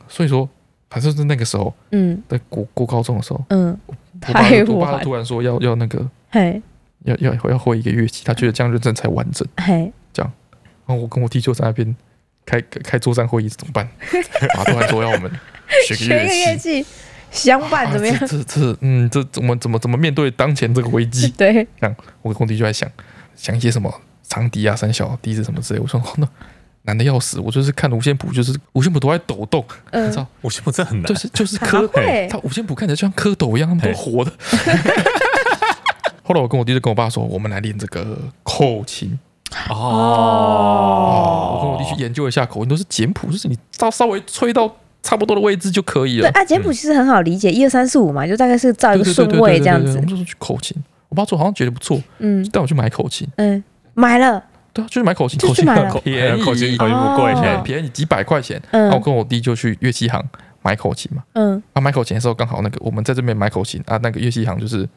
B: 所以说，反正是那个时候
D: 嗯
B: 在国国高中的时候，
D: 嗯，
B: 我爸
D: 太
B: 就我爸
D: 晚
B: 就，突然说要要那个
D: 嘿
B: 要要要会一个乐器，他觉得这样认证才完整。
D: 嘿，
B: 然后我跟我弟就在那边开开开桌上会议怎么 办？啊，突然说要我们学
D: 学
B: 个
D: 一个乐
B: 乐器，
D: 器，相伴
B: 啊
D: 怎么样？？
B: 这这这嗯，这怎么怎么怎么面对当前这个危机
D: 对，
B: 我跟我弟就在想想一些什么长笛啊、三小笛子什么之类。我说哦那难的要死，我就是看五线谱，就是五线谱都在抖动，你
D: 嗯
B: 知，道，
C: 我觉得这很难
B: 就，是就是
D: 他
B: 磕
D: 会
B: 他五线谱看起来就像蝌蚪一样，他们都 活的。后来我跟我弟就跟我爸说，我们来练这个口琴。哦我跟我弟去研究一下口琴，都是简谱，就是你稍稍微吹到差不多的位置就可以
D: 对
B: 了。
D: 啊，简谱其实很好理解，一二三四五嘛，就大概是照
B: 嗯对
D: 一个
B: 对
D: 顺
B: 对对
D: 位
B: 对
D: 这样
B: 对对
D: 子
B: 我们。就说去口琴，我爸说好像觉得不错，
D: 嗯
B: 带我去买口琴。
D: 嗯，买了，
B: 对啊，就去买口琴，
D: 就
B: 口
D: 去
B: 琴
D: 买了
B: 很便宜，
C: 口琴口琴不贵，
D: 哦
B: 很
C: 嘿
B: 便宜，几百块钱。然啊后我
D: 嗯
B: 跟我弟就去乐器行买口琴嘛。
D: 嗯
B: 啊，买口琴的时候刚好那个我们在这边买口琴啊，那个乐器行就是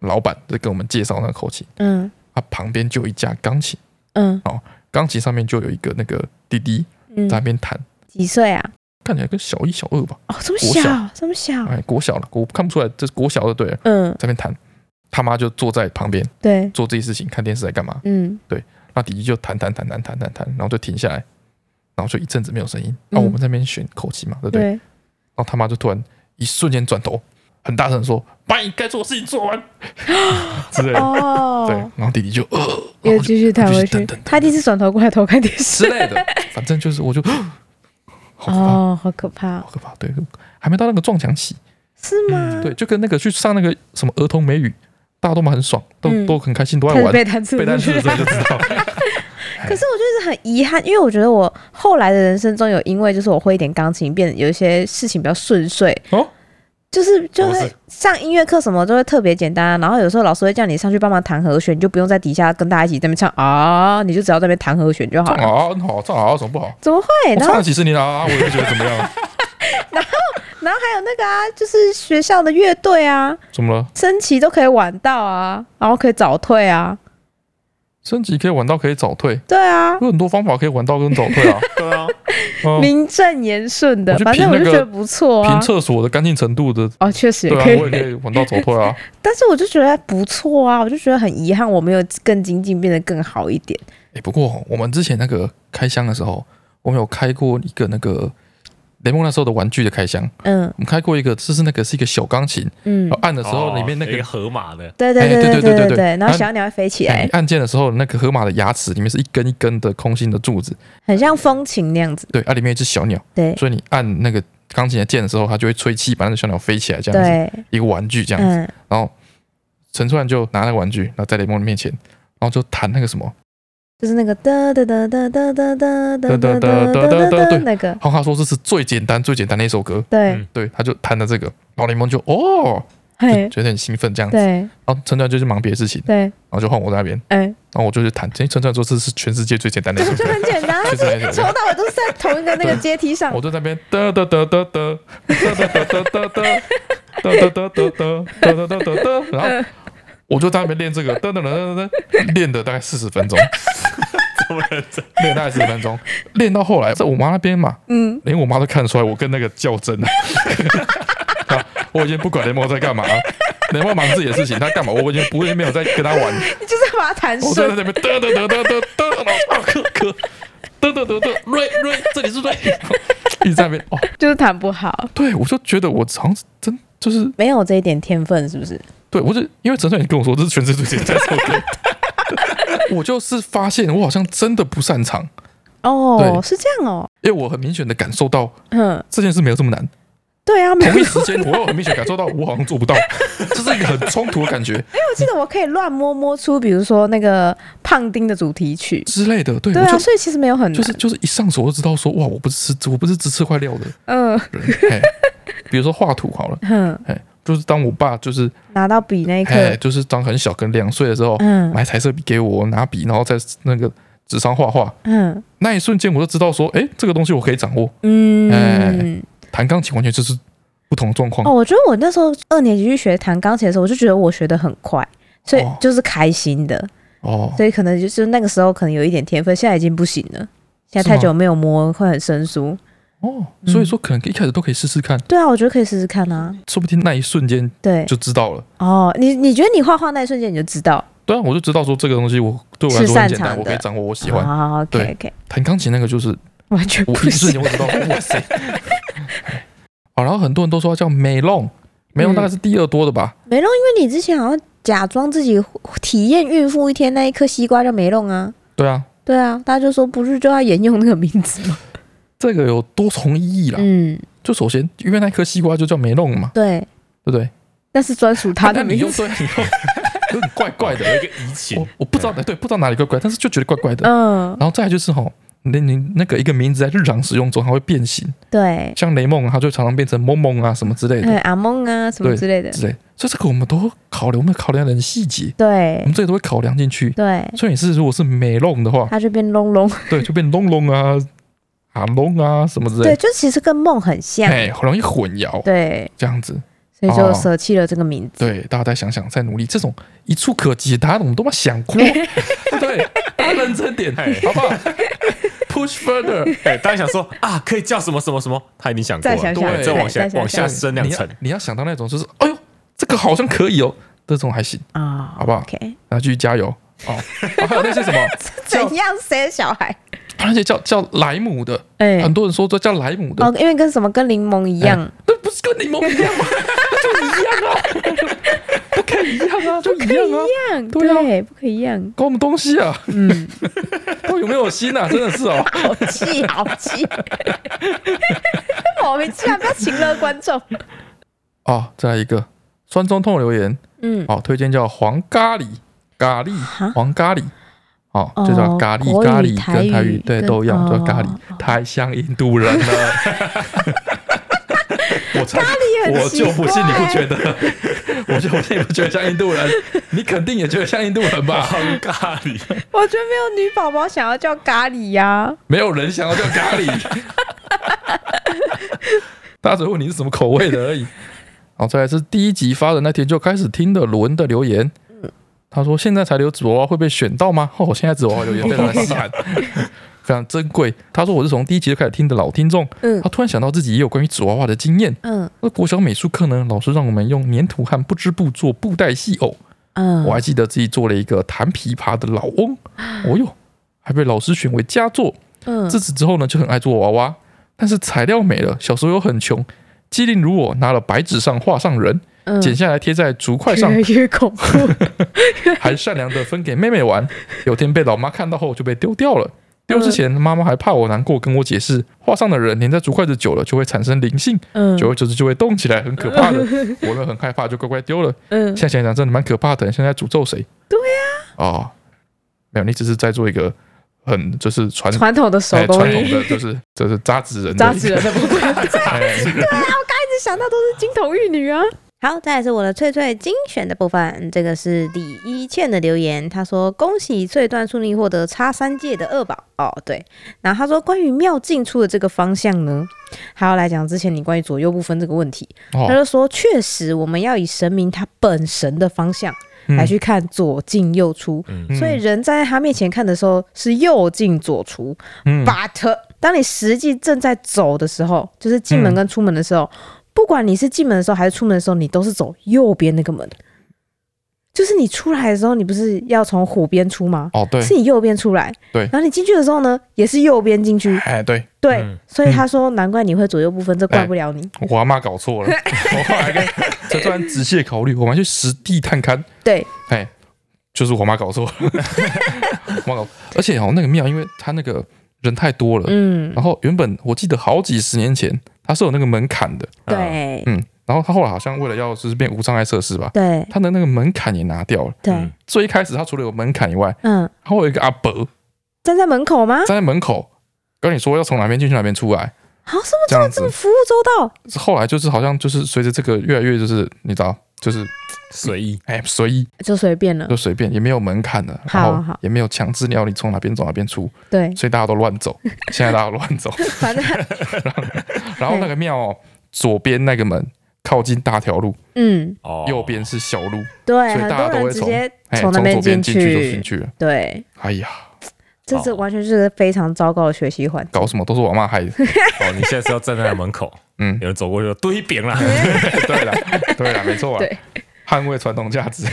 B: 老板在跟我们介绍那个口琴，
D: 嗯
B: 啊，旁边就有一架钢琴，
D: 嗯
B: 钢琴上面就有一个那个弟弟在那
D: 嗯，
B: 边弹，
D: 几岁啊？
B: 看起来跟小一小二吧，
D: 哦，这么
B: 国小
D: 小，这么小，
B: 哎，国小了，我看不出来这是国小的对了，
D: 嗯，
B: 在那边弹，他妈就坐在旁边
D: 对，
B: 做自己事情，看电视在干嘛，
D: 嗯
B: 那弟弟就弹弹弹弹弹弹弹，然后就停下来，然后就一阵子没有声音，然后
D: 嗯
B: 我们在那边选口琴嘛，对不对？
D: 对，
B: 然后他妈就突然一瞬间转头，很大声地说：“把你该做的事情做完。”之类的。 对
D: 哦，，
B: 然后弟弟就呃，然
D: 又
B: 后就
D: 继续弹
B: 就
D: 回
B: 是
D: 去
B: 等等。
D: 他第一次转头过来偷看电视
B: 之，类 的，反正就是我就好可怕，
D: 哦，好可怕
B: 好，可怕，对，还没到那个撞墙期，
D: 是吗？
B: 对，就跟那个去上那个什么儿童美语，大家都蛮很爽，都、
D: 嗯
B: 都很开心，都爱
D: 开始
B: 玩。
D: 背单词，
B: 背单词的时候就知道，
D: 可是我就是很遗憾，因为我觉得我后来的人生中有因为就是我会一点钢琴，变得有一些事情比较顺遂。
B: 哦，
D: 就是就
C: 哦
D: 会
C: 是
D: 上音乐课什么都会特别简单啊，然后有时候老师会叫你上去帮忙弹和弦，你就不用在底下跟大家一起在那边唱啊，你就只要在那边弹和弦就好
B: 唱
D: 了。
B: 哦好好唱好，有什么不好？
D: 怎么会？
B: 我
D: 哎然
B: 唱
D: 后
B: 了几十年了啊，我也不觉得怎么样，
D: 然后还有那个啊，就是学校的乐队啊，
B: 怎么了？
D: 升旗都可以晚到啊，然后可以早退啊，
B: 升级可以玩到可以早退，
D: 对啊，
B: 有很多方法可以玩到跟早退啊。
C: 对啊，
B: 嗯
D: 名正言顺的
B: 我，去
D: 反正我
B: 评那
D: 就
B: 个
D: 觉得不错
B: 评
D: 啊。
B: 厕所的干净程度的，
D: 哦，确实也
B: 对啊，
D: 可以，
B: 我也可以玩到早退 啊。
D: 但是我就觉得不错啊，我就觉得很遗憾，我没有更精进，变得更好一点。
B: 哎、不过哦我们之前那个开箱的时候，我们有开过一个那个雷蒙那时候的玩具的开箱，
D: 嗯
B: 我们开过一个，就是那个是一个小钢琴，
D: 嗯
B: 然后，按的时候
C: 哦
B: 里面那
C: 一
B: 个。
C: 河马的，
D: 对对
B: 哎对
D: 对
B: 对
D: 对
B: 对对
D: 对，然
B: 然
D: 后
B: 后
D: 小鸟会飞起
B: 哎
D: 来
B: 你，按键的时候，那个河马的牙齿里面是一根一根的空心的柱子，
D: 很像风琴那样子。
B: 对，啊，里面有一只小鸟，
D: 对
B: 所以你按那个钢琴的键的时候，它就会吹气，把那个小鸟飞起来，这样子，
D: 对，
B: 一个玩具这样子。
D: 嗯，
B: 然后陈川就拿那个玩具，然后在雷蒙的面前，然后就弹那个什么，
D: 就是那个哒哒哒哒哒哒哒哒哒哒哒哒那个，
B: 然后他说这是最简单最简单的一首歌，
D: 对，
B: 对，他就弹了这个，然后雷蒙就哦，
D: 嘿
B: 就，觉得很兴奋这样子。
D: 对
B: 然后陈川就去忙别的事情，
D: 对，
B: 然后就换我在那边，
D: 哎，
B: 然后我就去弹。陈川说这是全世界最简单的一首
D: 就
B: 歌，
D: 很简单，
B: 全世界最简单的一首
D: 从
B: 歌
D: 头。到尾都是在同一个那个阶梯上
B: 我。就在那边哒哒哒哒哒哒哒哒哒哒哒哒哒哒哒哒哒哒哒哒，然后我就在那边练这个哒哒哒哒哒，练了大概四十分钟，
C: 这么认真，
B: 练了大概四十分钟，练到后来在我妈那边嘛，
D: 嗯，
B: 连我妈都看得出来我跟那个较真了。 啊我已经不管雷蒙在干嘛，雷蒙忙自己的事情，他干嘛我已经不会没有在跟他玩，
D: 你就是要把它弹
B: 我就在
D: 顺。
B: 那边哒哒哒哒哒哒，然后啊可可哒哒哒哒瑞瑞，这里是瑞，一直在那边哦。
D: 就是弹不好，
B: 对，我就觉得我好像是真就是
D: 没有这一点天分，是不是？
B: 对我就因为陈帅你跟我说这是全世界最简单的歌，我就是发现我好像真的不擅长，
D: 哦，
B: 对
D: 是这样哦，
B: 因为我很明显的感受到
D: 嗯，
B: 这件事没有这么难，
D: 对啊，没 有
B: 同一时间我又很明显地感受到我好像做 不到，这是一个很冲突的感觉
D: 我记得我可以乱摸摸出，比如说那个胖丁的主题曲，
B: 之类的。对，
D: 对
B: 嗯我
D: 啊，
B: 就
D: 所以其实没有很难，
B: 就是就是一上手就知道说哇，我不是吃我不是只吃块料的
D: 嗯
B: 人，嘿，比如说画图好了，
D: 哼，
B: 嘿，就是当我爸就是
D: 拿到笔那一刻，
B: 嘿，哦就是当很小跟两岁的时候，
D: 嗯
B: 买彩色笔给我，拿笔，然后在那个纸上画画。
D: 嗯
B: 那一瞬间，我就知道说，哎，这个东西我可以掌握。
D: 嗯
B: 哎，弹钢琴完全就是不同的状况。
D: 哦，我觉得我那时候二年级去学弹钢琴的时候，我就觉得我学的很快。所以
B: 哦
D: 就是开心的，
B: 哦，
D: 所以可能就是那个时候可能有一点天分，现在已经不行了，现在
B: 是吗
D: 太久没有摸会很生疏。
B: 哦，所以说可能一开始都可以试试看，
D: 对啊，我觉得可以试试看啊。
B: 说不定那一瞬间
D: 对，
B: 就知道了。
D: 哦，你你觉得你画画那一瞬间你就知道，
B: 对啊，我就知道说这个东西我对我来
D: 是
B: 说
D: 擅
B: 很简单，
D: 长的
B: 我可以掌握，我喜欢。
D: 啊，OK
B: 对
D: OK，
B: 弹钢琴那个就是
D: 完全
B: 我
D: 不
B: 一瞬间。
D: 行
B: 我知道，哇 塞！好，然后很多人都说它叫美容，美容大
D: 嗯
B: 概是第二多的吧？
D: 梅弄，因为你之前好像假装自己体验孕妇一天那一颗西瓜叫梅弄啊。
B: 对啊，
D: 对啊，大家就说不是就要沿用那个名字吗？
B: 这个有多重意义啦。
D: 嗯，
B: 就首先，因为那颗西瓜就叫梅弄嘛，
D: 对，
B: 对不对？
D: 那是专属他
B: 啊
D: 的
B: 那你
D: 名
B: 又
D: 字。
B: 对，你又有点怪怪 的。
C: 有一个移情
B: 我，我不知道哪对，不知道哪里怪怪，但是就觉得怪怪的。
D: 嗯，
B: 然后再来就是吼，那你那个一个名字在日常使用中它会变形，
D: 对，
B: 像雷梦啊，它就常常变成梦梦啊什么之类
D: 哎，
B: 的
D: 阿梦啊什么之类的，
B: 之类。所以这个我们都考量，我们考量很细节，我
D: 对
B: 们这些都会考量进去。
D: 对，
B: 所以你是如果是美弄的 话，
D: 他就变隆隆。
B: 对，就变隆隆啊、啊隆啊什么之
D: 对，
B: 类，
D: 就其实跟梦很像。
B: 哎，很容易混淆
D: 对，
B: 这样子。
D: 所以就
B: 哦
D: 舍弃了这个名字。
B: 对，大家再想想，再努力，这种一触可及的答案，我们都没想 过，对，大家认真点，
C: 哎
B: 好不好？Push further，
C: 哎，大家想说啊，可以叫什么什么什么，他已经想过
D: 再
C: 了，
D: 想
B: 想
C: 对再
B: 对
C: 往下
D: 再想
C: 往 下
D: 想
C: 升两
B: 哎
C: 层
B: 你要，你要想到那种就是，哎呦，这个好像可以哦，这种还行，
D: 啊，
B: 好不好
D: ？OK，
B: 然后继续加油哦。啊还有那些什 么，叫
D: 怎样生小孩？
B: 而且叫叫莱姆的，
D: 哎，
B: 很多人说都叫莱姆的
D: 哦，，因为跟什么跟柠檬一
B: 哎
D: 样，
B: 那不是跟柠檬一样 吗？就一啊样啊，不可以一样啊，就一样啊，
D: 哎一样，
B: 对啊
D: 对，不可以一样。
B: 搞什么东西啊？
D: 嗯，
B: 到底有没有心啊？真的是 哦。
D: 好气，好气！莫名其妙，不要请了观众。
B: 哦，再来一个酸中痛留言，
D: 嗯，
B: 哦，推荐叫黄咖喱，咖喱
D: 哈
B: 黄咖喱，哦，
D: 哦
B: 就叫咖喱
D: 国语
B: 咖喱
D: 台
B: 跟台
D: 语
B: 语对
D: 跟
B: 都一样，
D: 哦
B: 叫咖喱，太像印度人了。 我才
D: 咖喱很
B: 我
D: 奇怪
B: 就不信你不觉 得，我就不信你不觉得像印度人，你肯定也觉得像印度人吧？
C: 很咖喱，
D: 我觉得没有女宝宝想要叫咖喱呀、
B: 没有人想要叫咖喱， 大家只会问你是什么口味的而已。好，再来是第一集发的那天就开始听的罗文的留言，他说现在才留纸娃娃会被选到吗？哦，现在纸娃娃留言非常的 惨，非常珍贵。他说我是从第一集就开始听的老听众，
D: 嗯
B: 他突然想到自己也有关于纸娃娃的经验。
D: 嗯
B: 那国小美术课呢，老师让我们用粘土和不织布做布袋戏偶，
D: 嗯，
B: 我还记得自己做了一个弹琵琶的老 翁，哦哟，还被老师选为佳作。
D: 嗯
B: 自此之后呢，就很爱做娃娃，但是材料没了。小时候又很穷，机灵如我，拿了白纸上画上人，
D: 嗯
B: 剪下来贴在竹筷
F: 越
B: 上
F: 来，越恐怖。
B: 还善良的分给妹妹玩。有天被老妈看到后就被丢掉了。丢之
D: 嗯
B: 前，妈妈还怕我难过，跟我解释，画上的人粘在竹筷子久了就会产生灵性，
D: 嗯
B: 久而久之就会动起来，很可 怕的。我们很害怕，就乖乖丢了。
D: 嗯
B: 现在想想真的蛮可怕的，现在诅咒谁？
F: 对
B: 呀、啊，哦，没有，你只是在做一个很就是传
F: 传统的手
B: 哎
F: 工
B: 传
F: 艺
B: 统，的就是就是扎纸人的
F: 扎
B: 一
F: 纸
B: 个
F: 人 的部分，
B: 哎
F: 一直想到都是金童玉女啊。
D: 好，再来是我的翠翠精选的部分，这个是李一倩的留言，她说恭喜翠段顺利获得叉三界的二宝哦，对，然后她说关于妙境出的这个方向呢，还要来讲之前你关于左右不分这个问题，她
B: 哦，
D: 就说确实我们要以神明他本神的方向
B: 嗯
D: 来去看左进右出，
B: 嗯
D: 所以人站在他面前看的时候是右进左出，
B: 嗯
D: But 当你实际正在走的时候，就是进
B: 嗯
D: 门跟出门的时候，不管你是进门的时候还是出门的时候，你都是走右边那个门。就是你出来的时候，你不是要从虎边出吗？
B: 哦对，
D: 是你右边出来。
B: 对
D: 然后你进去的时候呢，也是右边进去。
B: 哎对，
D: 对，
C: 嗯
D: 所以他说，难怪你会左右不分，这怪不了你。
B: 我阿妈搞 错了，我后来跟这突然仔细地考虑，我们还去实地探勘，
D: 对，
B: 哎，就是我妈 搞错了，我妈搞，而且哦那个庙，因为它那个人太多了，
D: 嗯，
B: 然后原本我记得好几十年前它是有那个门槛的，
C: 啊
D: 对，
B: 嗯，然后它后来好像为了要就是变无障碍设施吧，
D: 对，
B: 它的那个门槛也拿掉了。
D: 对
C: 嗯，
B: 最一开始它除了有门槛以外，
D: 嗯，
B: 还有一个阿伯
D: 站在门口吗？
B: 站在门口跟你说要从哪边进去哪边出来，
D: 好，啊什么
B: 这样
D: 哦这
B: 子
D: 么。服务周到？
B: 后来就是好像就是随着这个越来越就是你知道就是
C: 随意，
B: 哎随意
D: 就随便了
B: 就。随便，也没有门槛的，
D: 好
B: 然后
D: 好
B: 也没有强制你要你从哪边走哪边出，
D: 对，
B: 所以大家都乱走。现在大家都乱走，
D: 反正
B: 然后那个庙哦左边那个门靠近大条路，
D: 嗯，
C: 哦
B: 右边是小路，
D: 对，
B: 所以
D: 很
B: 大家
D: 多
B: 都
D: 人
B: 会
D: 直
B: 从
D: 接
B: 哎从
D: 从那
B: 左
D: 边
B: 边进
D: 进
B: 去就
D: 去
B: 进去了。
D: 对。
B: 哎呀，
D: 这是
C: 哦
D: 完全是非常糟糕的学习环境。
B: 搞什么都是我妈 害的。
C: 哦，你现在是要站在他门口，
B: 嗯，
C: 有人走过去说堆饼啦，
B: 对了，对了，没错啊
D: 对，
B: 捍卫传统价值。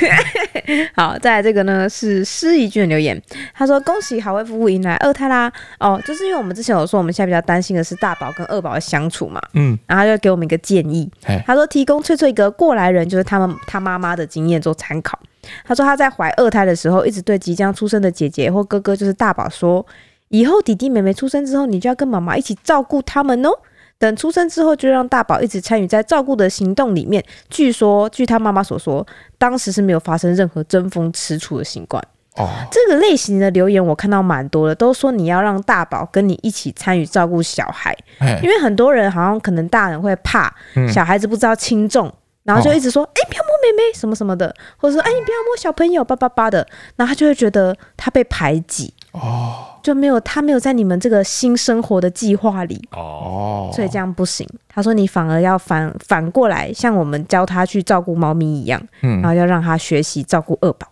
D: 好，再来这个呢是施怡俊的留言，他说恭喜好味夫妇迎来二胎啦。哦，就是因为我们之前有说我们现在比较担心的是大宝跟二宝的相处嘛，
B: 嗯，
D: 然后他就给我们一个建议
B: 嘿，
D: 他说提供翠翠一个过来人，就是他们他妈妈的经验做参考。他说他在怀二胎的时候，一直对即将出生的姐姐或哥哥，就是大宝说，以后弟弟妹妹出生之后，你就要跟妈妈一起照顾他们哦。等出生之后，就让大宝一直参与在照顾的行动里面。据说，据他妈妈所说，当时是没有发生任何争风吃醋的习惯。
B: 哦，
D: 这个类型的留言我看到蛮多的，都说你要让大宝跟你一起参与照顾小孩，
B: 哎
D: 因，为很多人好像可能大人会怕
B: 嗯
D: 小孩子不知道轻重，然后就
B: 哦
D: 一直说：“哎、不要摸妹妹什么什么的”，或者说：“哎、你不要摸小朋友，叭叭叭的。”然后他就会觉得他被排挤，
B: 哦，
D: 就没有他没有在你们这个新生活的计划里，
C: 哦，
B: 哦，
D: 所以这样不行。他说你反而要反反过来，像我们教他去照顾猫咪一样，
B: 嗯哦
D: 然后要让他学习照顾二宝，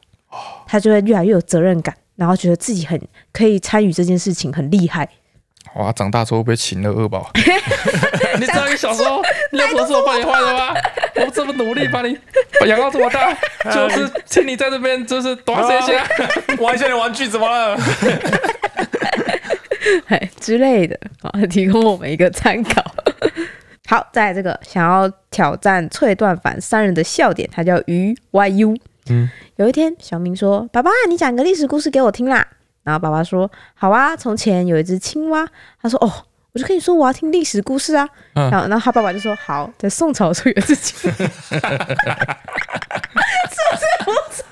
D: 他就会越来越有责任感，然后觉得自己很可以参与这件事情，很厉害。
B: 哇，长大之后被请了二宝。 你知道你小时候，你老婆是我帮你换的吗？我这么努力把你养到这么大，就是请你在这边就是短时间。
C: 玩一下你玩具怎么了？
F: 哎之类 的啊，提供我们一个参考。
D: 好，再来这个想要挑战脆断反三人的笑点，他叫鱼 YU。
B: 嗯，
D: 有一天，小明说：“爸爸，你讲个历史故事给我听啦。”然后爸爸说：“好啊，从前有一只青蛙。”他说：“哦，我就跟你说我要听历史故事啊。
B: 嗯
D: 然后，然后他爸爸就说：“好，在宋朝的时候有一只青蛙。” 是不是不错？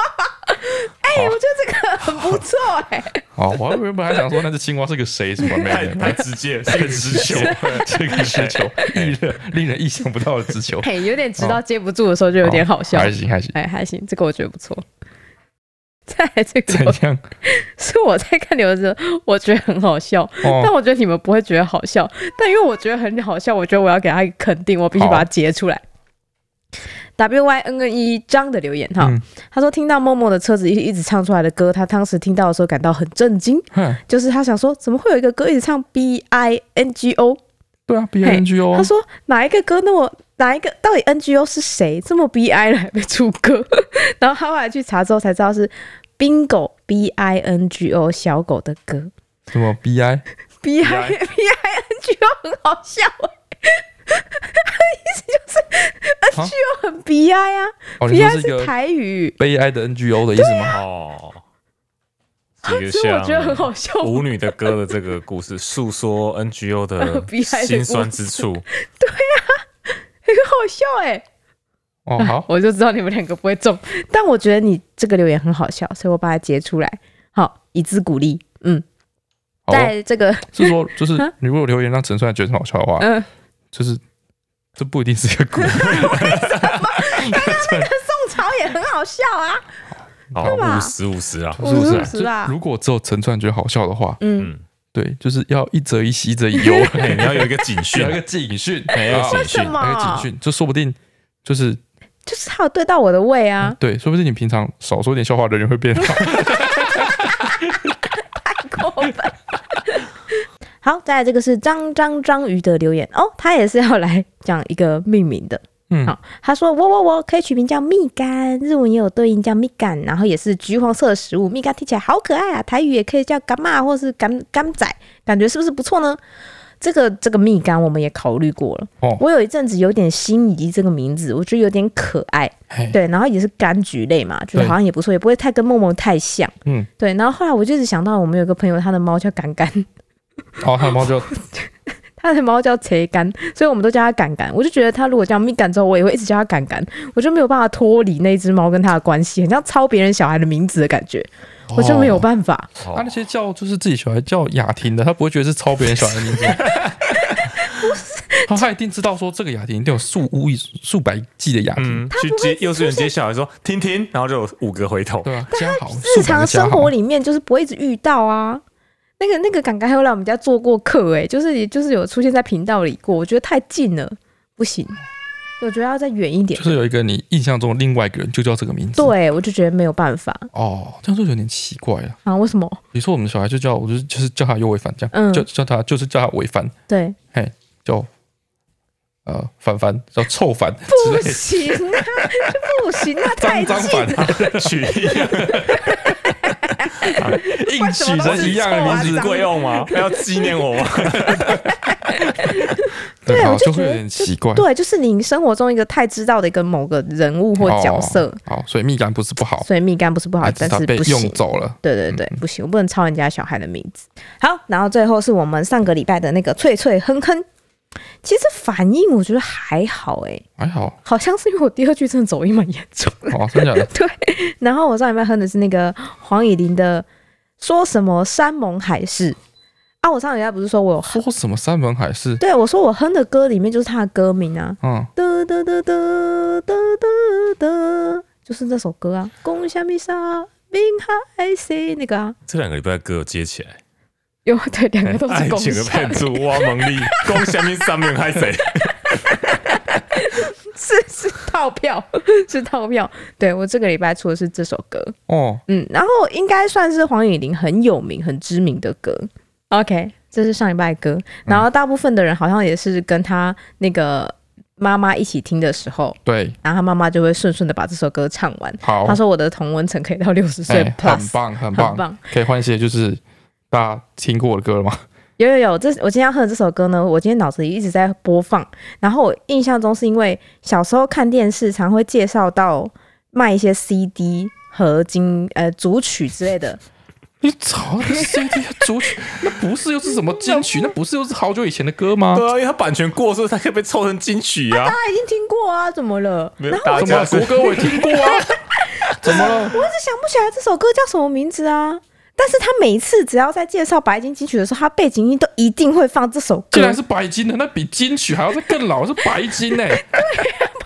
D: 哎、我觉得这个很不错哎、
B: 哦，我原本还想说那只青蛙是个谁，什么没
C: 太
B: 有，
C: 太直接，这个 直球，
B: 这个直 球，意人令人意想不到的直
D: 哎
B: 球，
F: 嘿，有点直到接不住的时候就有点好笑。
B: 哦还行 还行。
F: 哎，还行，这个我觉得不错。再来这
B: 怎
F: 个
B: 样？
F: 是我在看留言的时候，我觉得很好笑，但
B: 哦，
F: 我觉得你们不会觉得好笑，但因为我觉得很好笑，我觉得我要给他一个肯定，我必须把它截出来。
D: W Y N N E 张的留言哈，
B: 嗯
D: 他说听到默默的车子一一直唱出来的歌，他当时听到的时候感到很震惊，
B: 哼，
D: 就是他想说怎么会有一个歌一直唱 B I N G O？
B: 对啊，B N G O，
D: 他说哪一个歌那么哪一个到底 N G O 是谁这么 B I 了还被出歌？ 然后他后来去查之后才知道是 Bingo B I N G O 小狗的歌
B: 什么 B I，
D: B I B I N G O 很好笑欸。他的意思就是 N G O 很 B I 啊
B: 哦，你
D: ，B
B: 说
D: I
B: 是一
D: 是
B: 个
D: 台语，
B: 悲哀的 N G O 的意思吗？
C: 哦，这个
D: 所
B: 啊
D: 以我觉得很
C: 像
D: 好笑。
B: 哦
C: 舞女的歌的这个故事，诉说 NGO 呃的
D: 逼害的
C: 辛酸
D: 故
C: 之处。
D: 很好笑哎、
B: 哦，好，
D: 我就知道你们两个不会中，但我觉得你这个留言很好笑，所以我把它截出来，好，以资鼓励。嗯，
B: 好哦，
D: 在这个
B: 是说就是
D: 啊
B: 你如果留言让陈帅觉得很好笑的话，
D: 嗯，
B: 就是这不一定是一个故 事，
D: 宋朝也很好笑啊，
C: 好，
D: 吧
C: 哦五十五十啊，
B: 是不是啊？
D: 五十五十啊
B: 就如果只有陈川觉得好笑的话，
D: 嗯，
C: 嗯，
B: 对，就是要一则一喜，一则一忧，
C: 哎你要有一个警讯
B: 有一，个警讯，
C: 哎要有
B: 好
C: 警
D: 什
C: 讯，
D: 么
B: 有一个警讯，就说不定就是
D: 就是他有对到我的胃啊，
B: 对，说不定你平常少说点笑话，人缘会变 好。
D: 过分。好，再来这个是张张章鱼的留言哦，他也是要来讲一个命名的。
B: 嗯
D: 好，他说我我我可以取名叫蜜柑，日文也有对应叫蜜柑，然后也是橘黄色的食物，蜜柑听起来好可爱啊。台语也可以叫干妈或是干干仔，感觉是不是不错呢？这个这个蜜柑我们也考虑过了，
B: 哦
D: 我有一阵子有点心仪这个名字，我觉得有点可爱，
B: 嘿
D: 对，然后也是柑橘类嘛，觉得
B: 对
D: 好像也不错，也不会太跟梦梦太像。
B: 嗯，
D: 对，然后后来我就一直想到我们有个朋友，他的猫叫杆杆，
B: 然后他的猫就
D: 他的猫叫切杆，所以我们都叫它杆杆。我就觉得他如果叫蜜杆之后，我也会一直叫它杆杆，我就没有办法脱离那只猫跟它的关系，很像抄别人小孩的名字的感觉， 我就
B: 哦
D: 没有办法。
C: 好
B: 他那些叫就是自己小孩叫雅婷的，他不会觉得是抄别人小孩的名 字。他他一定知道说这个雅婷一定有数屋一数百计的雅婷，
C: 嗯，去接幼稚园接小孩说婷婷，然后就有五个回头，
B: 对啊吧？嘉豪，
D: 日常生活
B: 里
D: 里面就是不会一直遇到啊。那个那个杆杆还有来我们家做过客、欸，就是也就是有出现在频道里过，我觉得太近了，不行，我觉得要再远一点
B: 就。是有一个你印象中的另外一个人就叫这个名字，
D: 对，我就觉得没有办法
B: 哦，这样就有点奇怪了。
D: 啊，为什么？
B: 比如说我们小孩就叫我就是就是叫他尤伟凡这样，
D: 嗯
B: 就叫他就是叫他伟凡，
D: 对，
B: 叫呃凡凡叫臭凡之
D: 不
B: 类的，
D: 行啊，就不行 啊，太
B: 张
D: 近
B: 张
D: 了。
B: 凡，
C: 取
B: 硬取成一
D: 啊
B: 样的名字
C: 是，啊贵用吗？要纪念我吗？
D: 对
B: 好
D: 我就
B: 就会有
D: 觉得
B: 点奇怪。
D: 对，就是你生活中一个太知道的一个某个人物或角色，
B: 哦好，所以蜜感不是不好，
D: 所以蜜柑不是不好
B: 还，只
D: 但
B: 他
D: 是
B: 被
D: 不
B: 用
D: 行。
B: 走了。
D: 对对对，嗯不行，我不能抄人家小孩的名字。好，然后最后是我们上个礼拜的那个脆脆哼哼，其实反应我觉得还好诶、
B: 还好，
D: 好像是因为我第二句真的走音蛮严 重的。
B: 好，真的假的
D: 然后我上礼拜哼的是那个黄以玲的说什么山盟海誓啊，我上礼拜不是说我有哼，
B: 说什么山盟海誓？
D: 对我说我哼的歌里面就是他的歌名啊，
B: 嗯，
D: 哒哒哒哒哒哒哒，就是那首歌啊，《攻下米莎》。冰海 C 那个啊，
C: 这两个礼拜歌有接起来，
D: 有对，两个都是
C: 爱
D: 攻
C: 情的
D: 下
C: 骗，子挖蒙力，攻下面三面还谁？
D: 是是套票， 是套票。对我这个礼拜出的是这首歌，
B: 哦，
D: 嗯，然后应该算是黄雨玲很有名、很知名的歌。OK，这是上礼拜的歌，然后大部分的人好像也是跟他那个妈妈一起听的时候，
B: 对，
D: 然后他妈妈就会顺顺的把这首歌唱完。
B: 好，
D: 他说我的同温层可以到六十岁
B: 哎
D: plus，、
B: 很棒，很棒，
D: 很棒
B: 可以换一些就是大家听过的歌了吗？
D: 有有有，这我今天要哼的这首歌呢，我今天脑子里一直在播放。然后我印象中是因为小时候看电视，常会介绍到卖一些 CD 合金呃组曲之类的。
B: 你操，那 CD 主曲，那不是又是什么金曲？那不是又是好久以前的歌吗
C: 对？啊，因为他版权过，所以才可以被凑成金曲啊。
D: 他已经听过啊，怎么了？
C: 没有大
B: 怎么
C: 家
B: 了
C: 是
B: 国歌我也听过啊？怎么了？
D: 我一直想不起来这首歌叫什么名字啊。但是他每次只要在介绍白金金曲的时候，他背景音都一定会放这首
B: 竟
D: 歌
B: 然。是白金的，那比金曲还要再更老，是白金呢、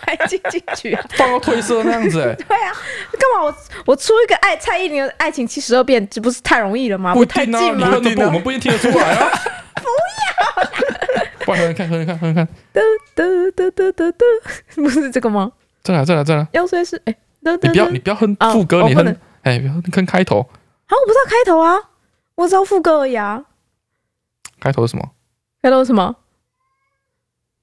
D: 白金金曲啊，
B: 放到褪色那样子、欸，
D: 对啊，干嘛我我出一个爱蔡依林的《爱情七十二变》，这不是太容易了吗？
B: 不一
D: 太
B: 定
D: 近
B: 啊，你
D: 吗？
B: 哼的
C: 不
B: 不，
C: 一定啊
B: 我们不一定听得出来啊。不要，不然喝喝看，喝喝看，喝喝看。
D: 哒哒哒哒哒哒，不是这个吗？
B: 再来再来再来，
D: 要说是哎，你
B: 你不要你不要哼
D: 哦
B: 副歌，
D: 我
B: 你
D: 不
B: 哼
D: 能
B: 哎，不要哼开头，
D: 啊，我不知道开头啊，我知道副歌而已啊。
B: 开头是什么？
D: 开头是什么？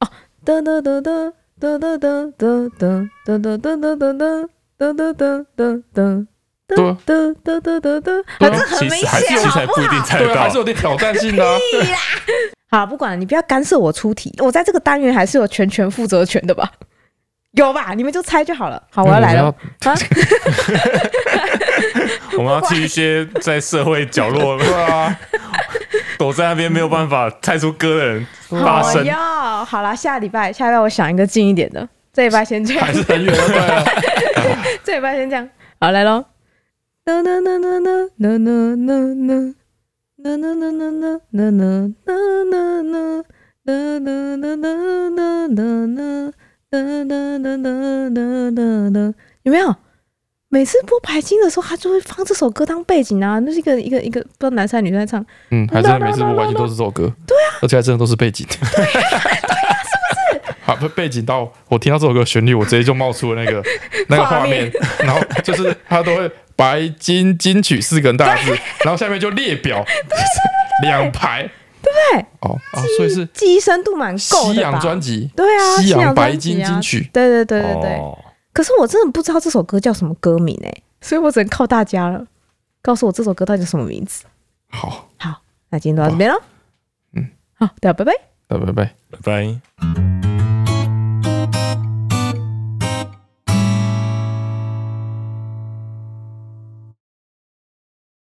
D: 哦，噔噔噔噔噔噔噔噔噔噔噔噔噔噔噔噔噔噔噔。
B: 对啊
D: 噔噔噔噔噔，
B: 对
D: 啊，
B: 啊
D: 这 很
C: 其
D: 明
C: 实还
D: 显，
C: 其实
D: 好
C: 还
D: 不
C: 不一定
D: 好？
C: 猜得
B: 对啊，
C: 到
B: 还是。有点挑战性的啊。
D: 好，不管了你不要干涉我出题，我在这个单元还是有全权负责权的吧？有吧？你们就猜就好了。好，我要来了。啊！
C: 我们要替一些在社会角落
B: 对啊，
C: 躲在那边没有办法猜出歌的人发
D: 好
C: 声，
D: 哦呀，好啦，下礼拜，下礼拜我想一个近一点的，这礼拜先这样
B: 还，是很远对啊。
D: 这礼拜先这样。好，来喽。呐呐呐呐呐呐呐呐呐呐呐呐呐呐呐呐呐呐呐呐呐呐呐呐呐呐呐呐呐呐呐呐，有没有？每次播白金的时候，他就会放这首歌当背景啊，那是一个一个一个不知道男生还是女生在唱，
B: 嗯，还真的每次播完全都是这首歌。对啊，而且还真的都是背景。 对啊， 是不是？好，不背景到我听到这首歌的旋律，我直接就冒出了那 个那个画面，然后就是他都会白金金曲四个人大字，然后下面就列表，就是两排。对
D: 对
B: 哦哦，所以是
D: 记忆深度蛮够
B: 西
D: 的
B: 洋
D: 吧？
B: 专辑，
D: 对啊，
B: 西洋
D: 洋
B: 白
D: 专辑
B: 金
D: 啊
B: 金曲，
D: 对 对对对对。
C: 哦
D: 可是我真的不知道这首歌叫什么歌名哎、所以我只能靠大家了，告诉我这首歌到底叫什么名字。
B: 好，
D: 好，那今天就到这边喽。
B: 嗯，
D: 好，大家拜拜。
B: 拜拜拜。
C: 拜拜。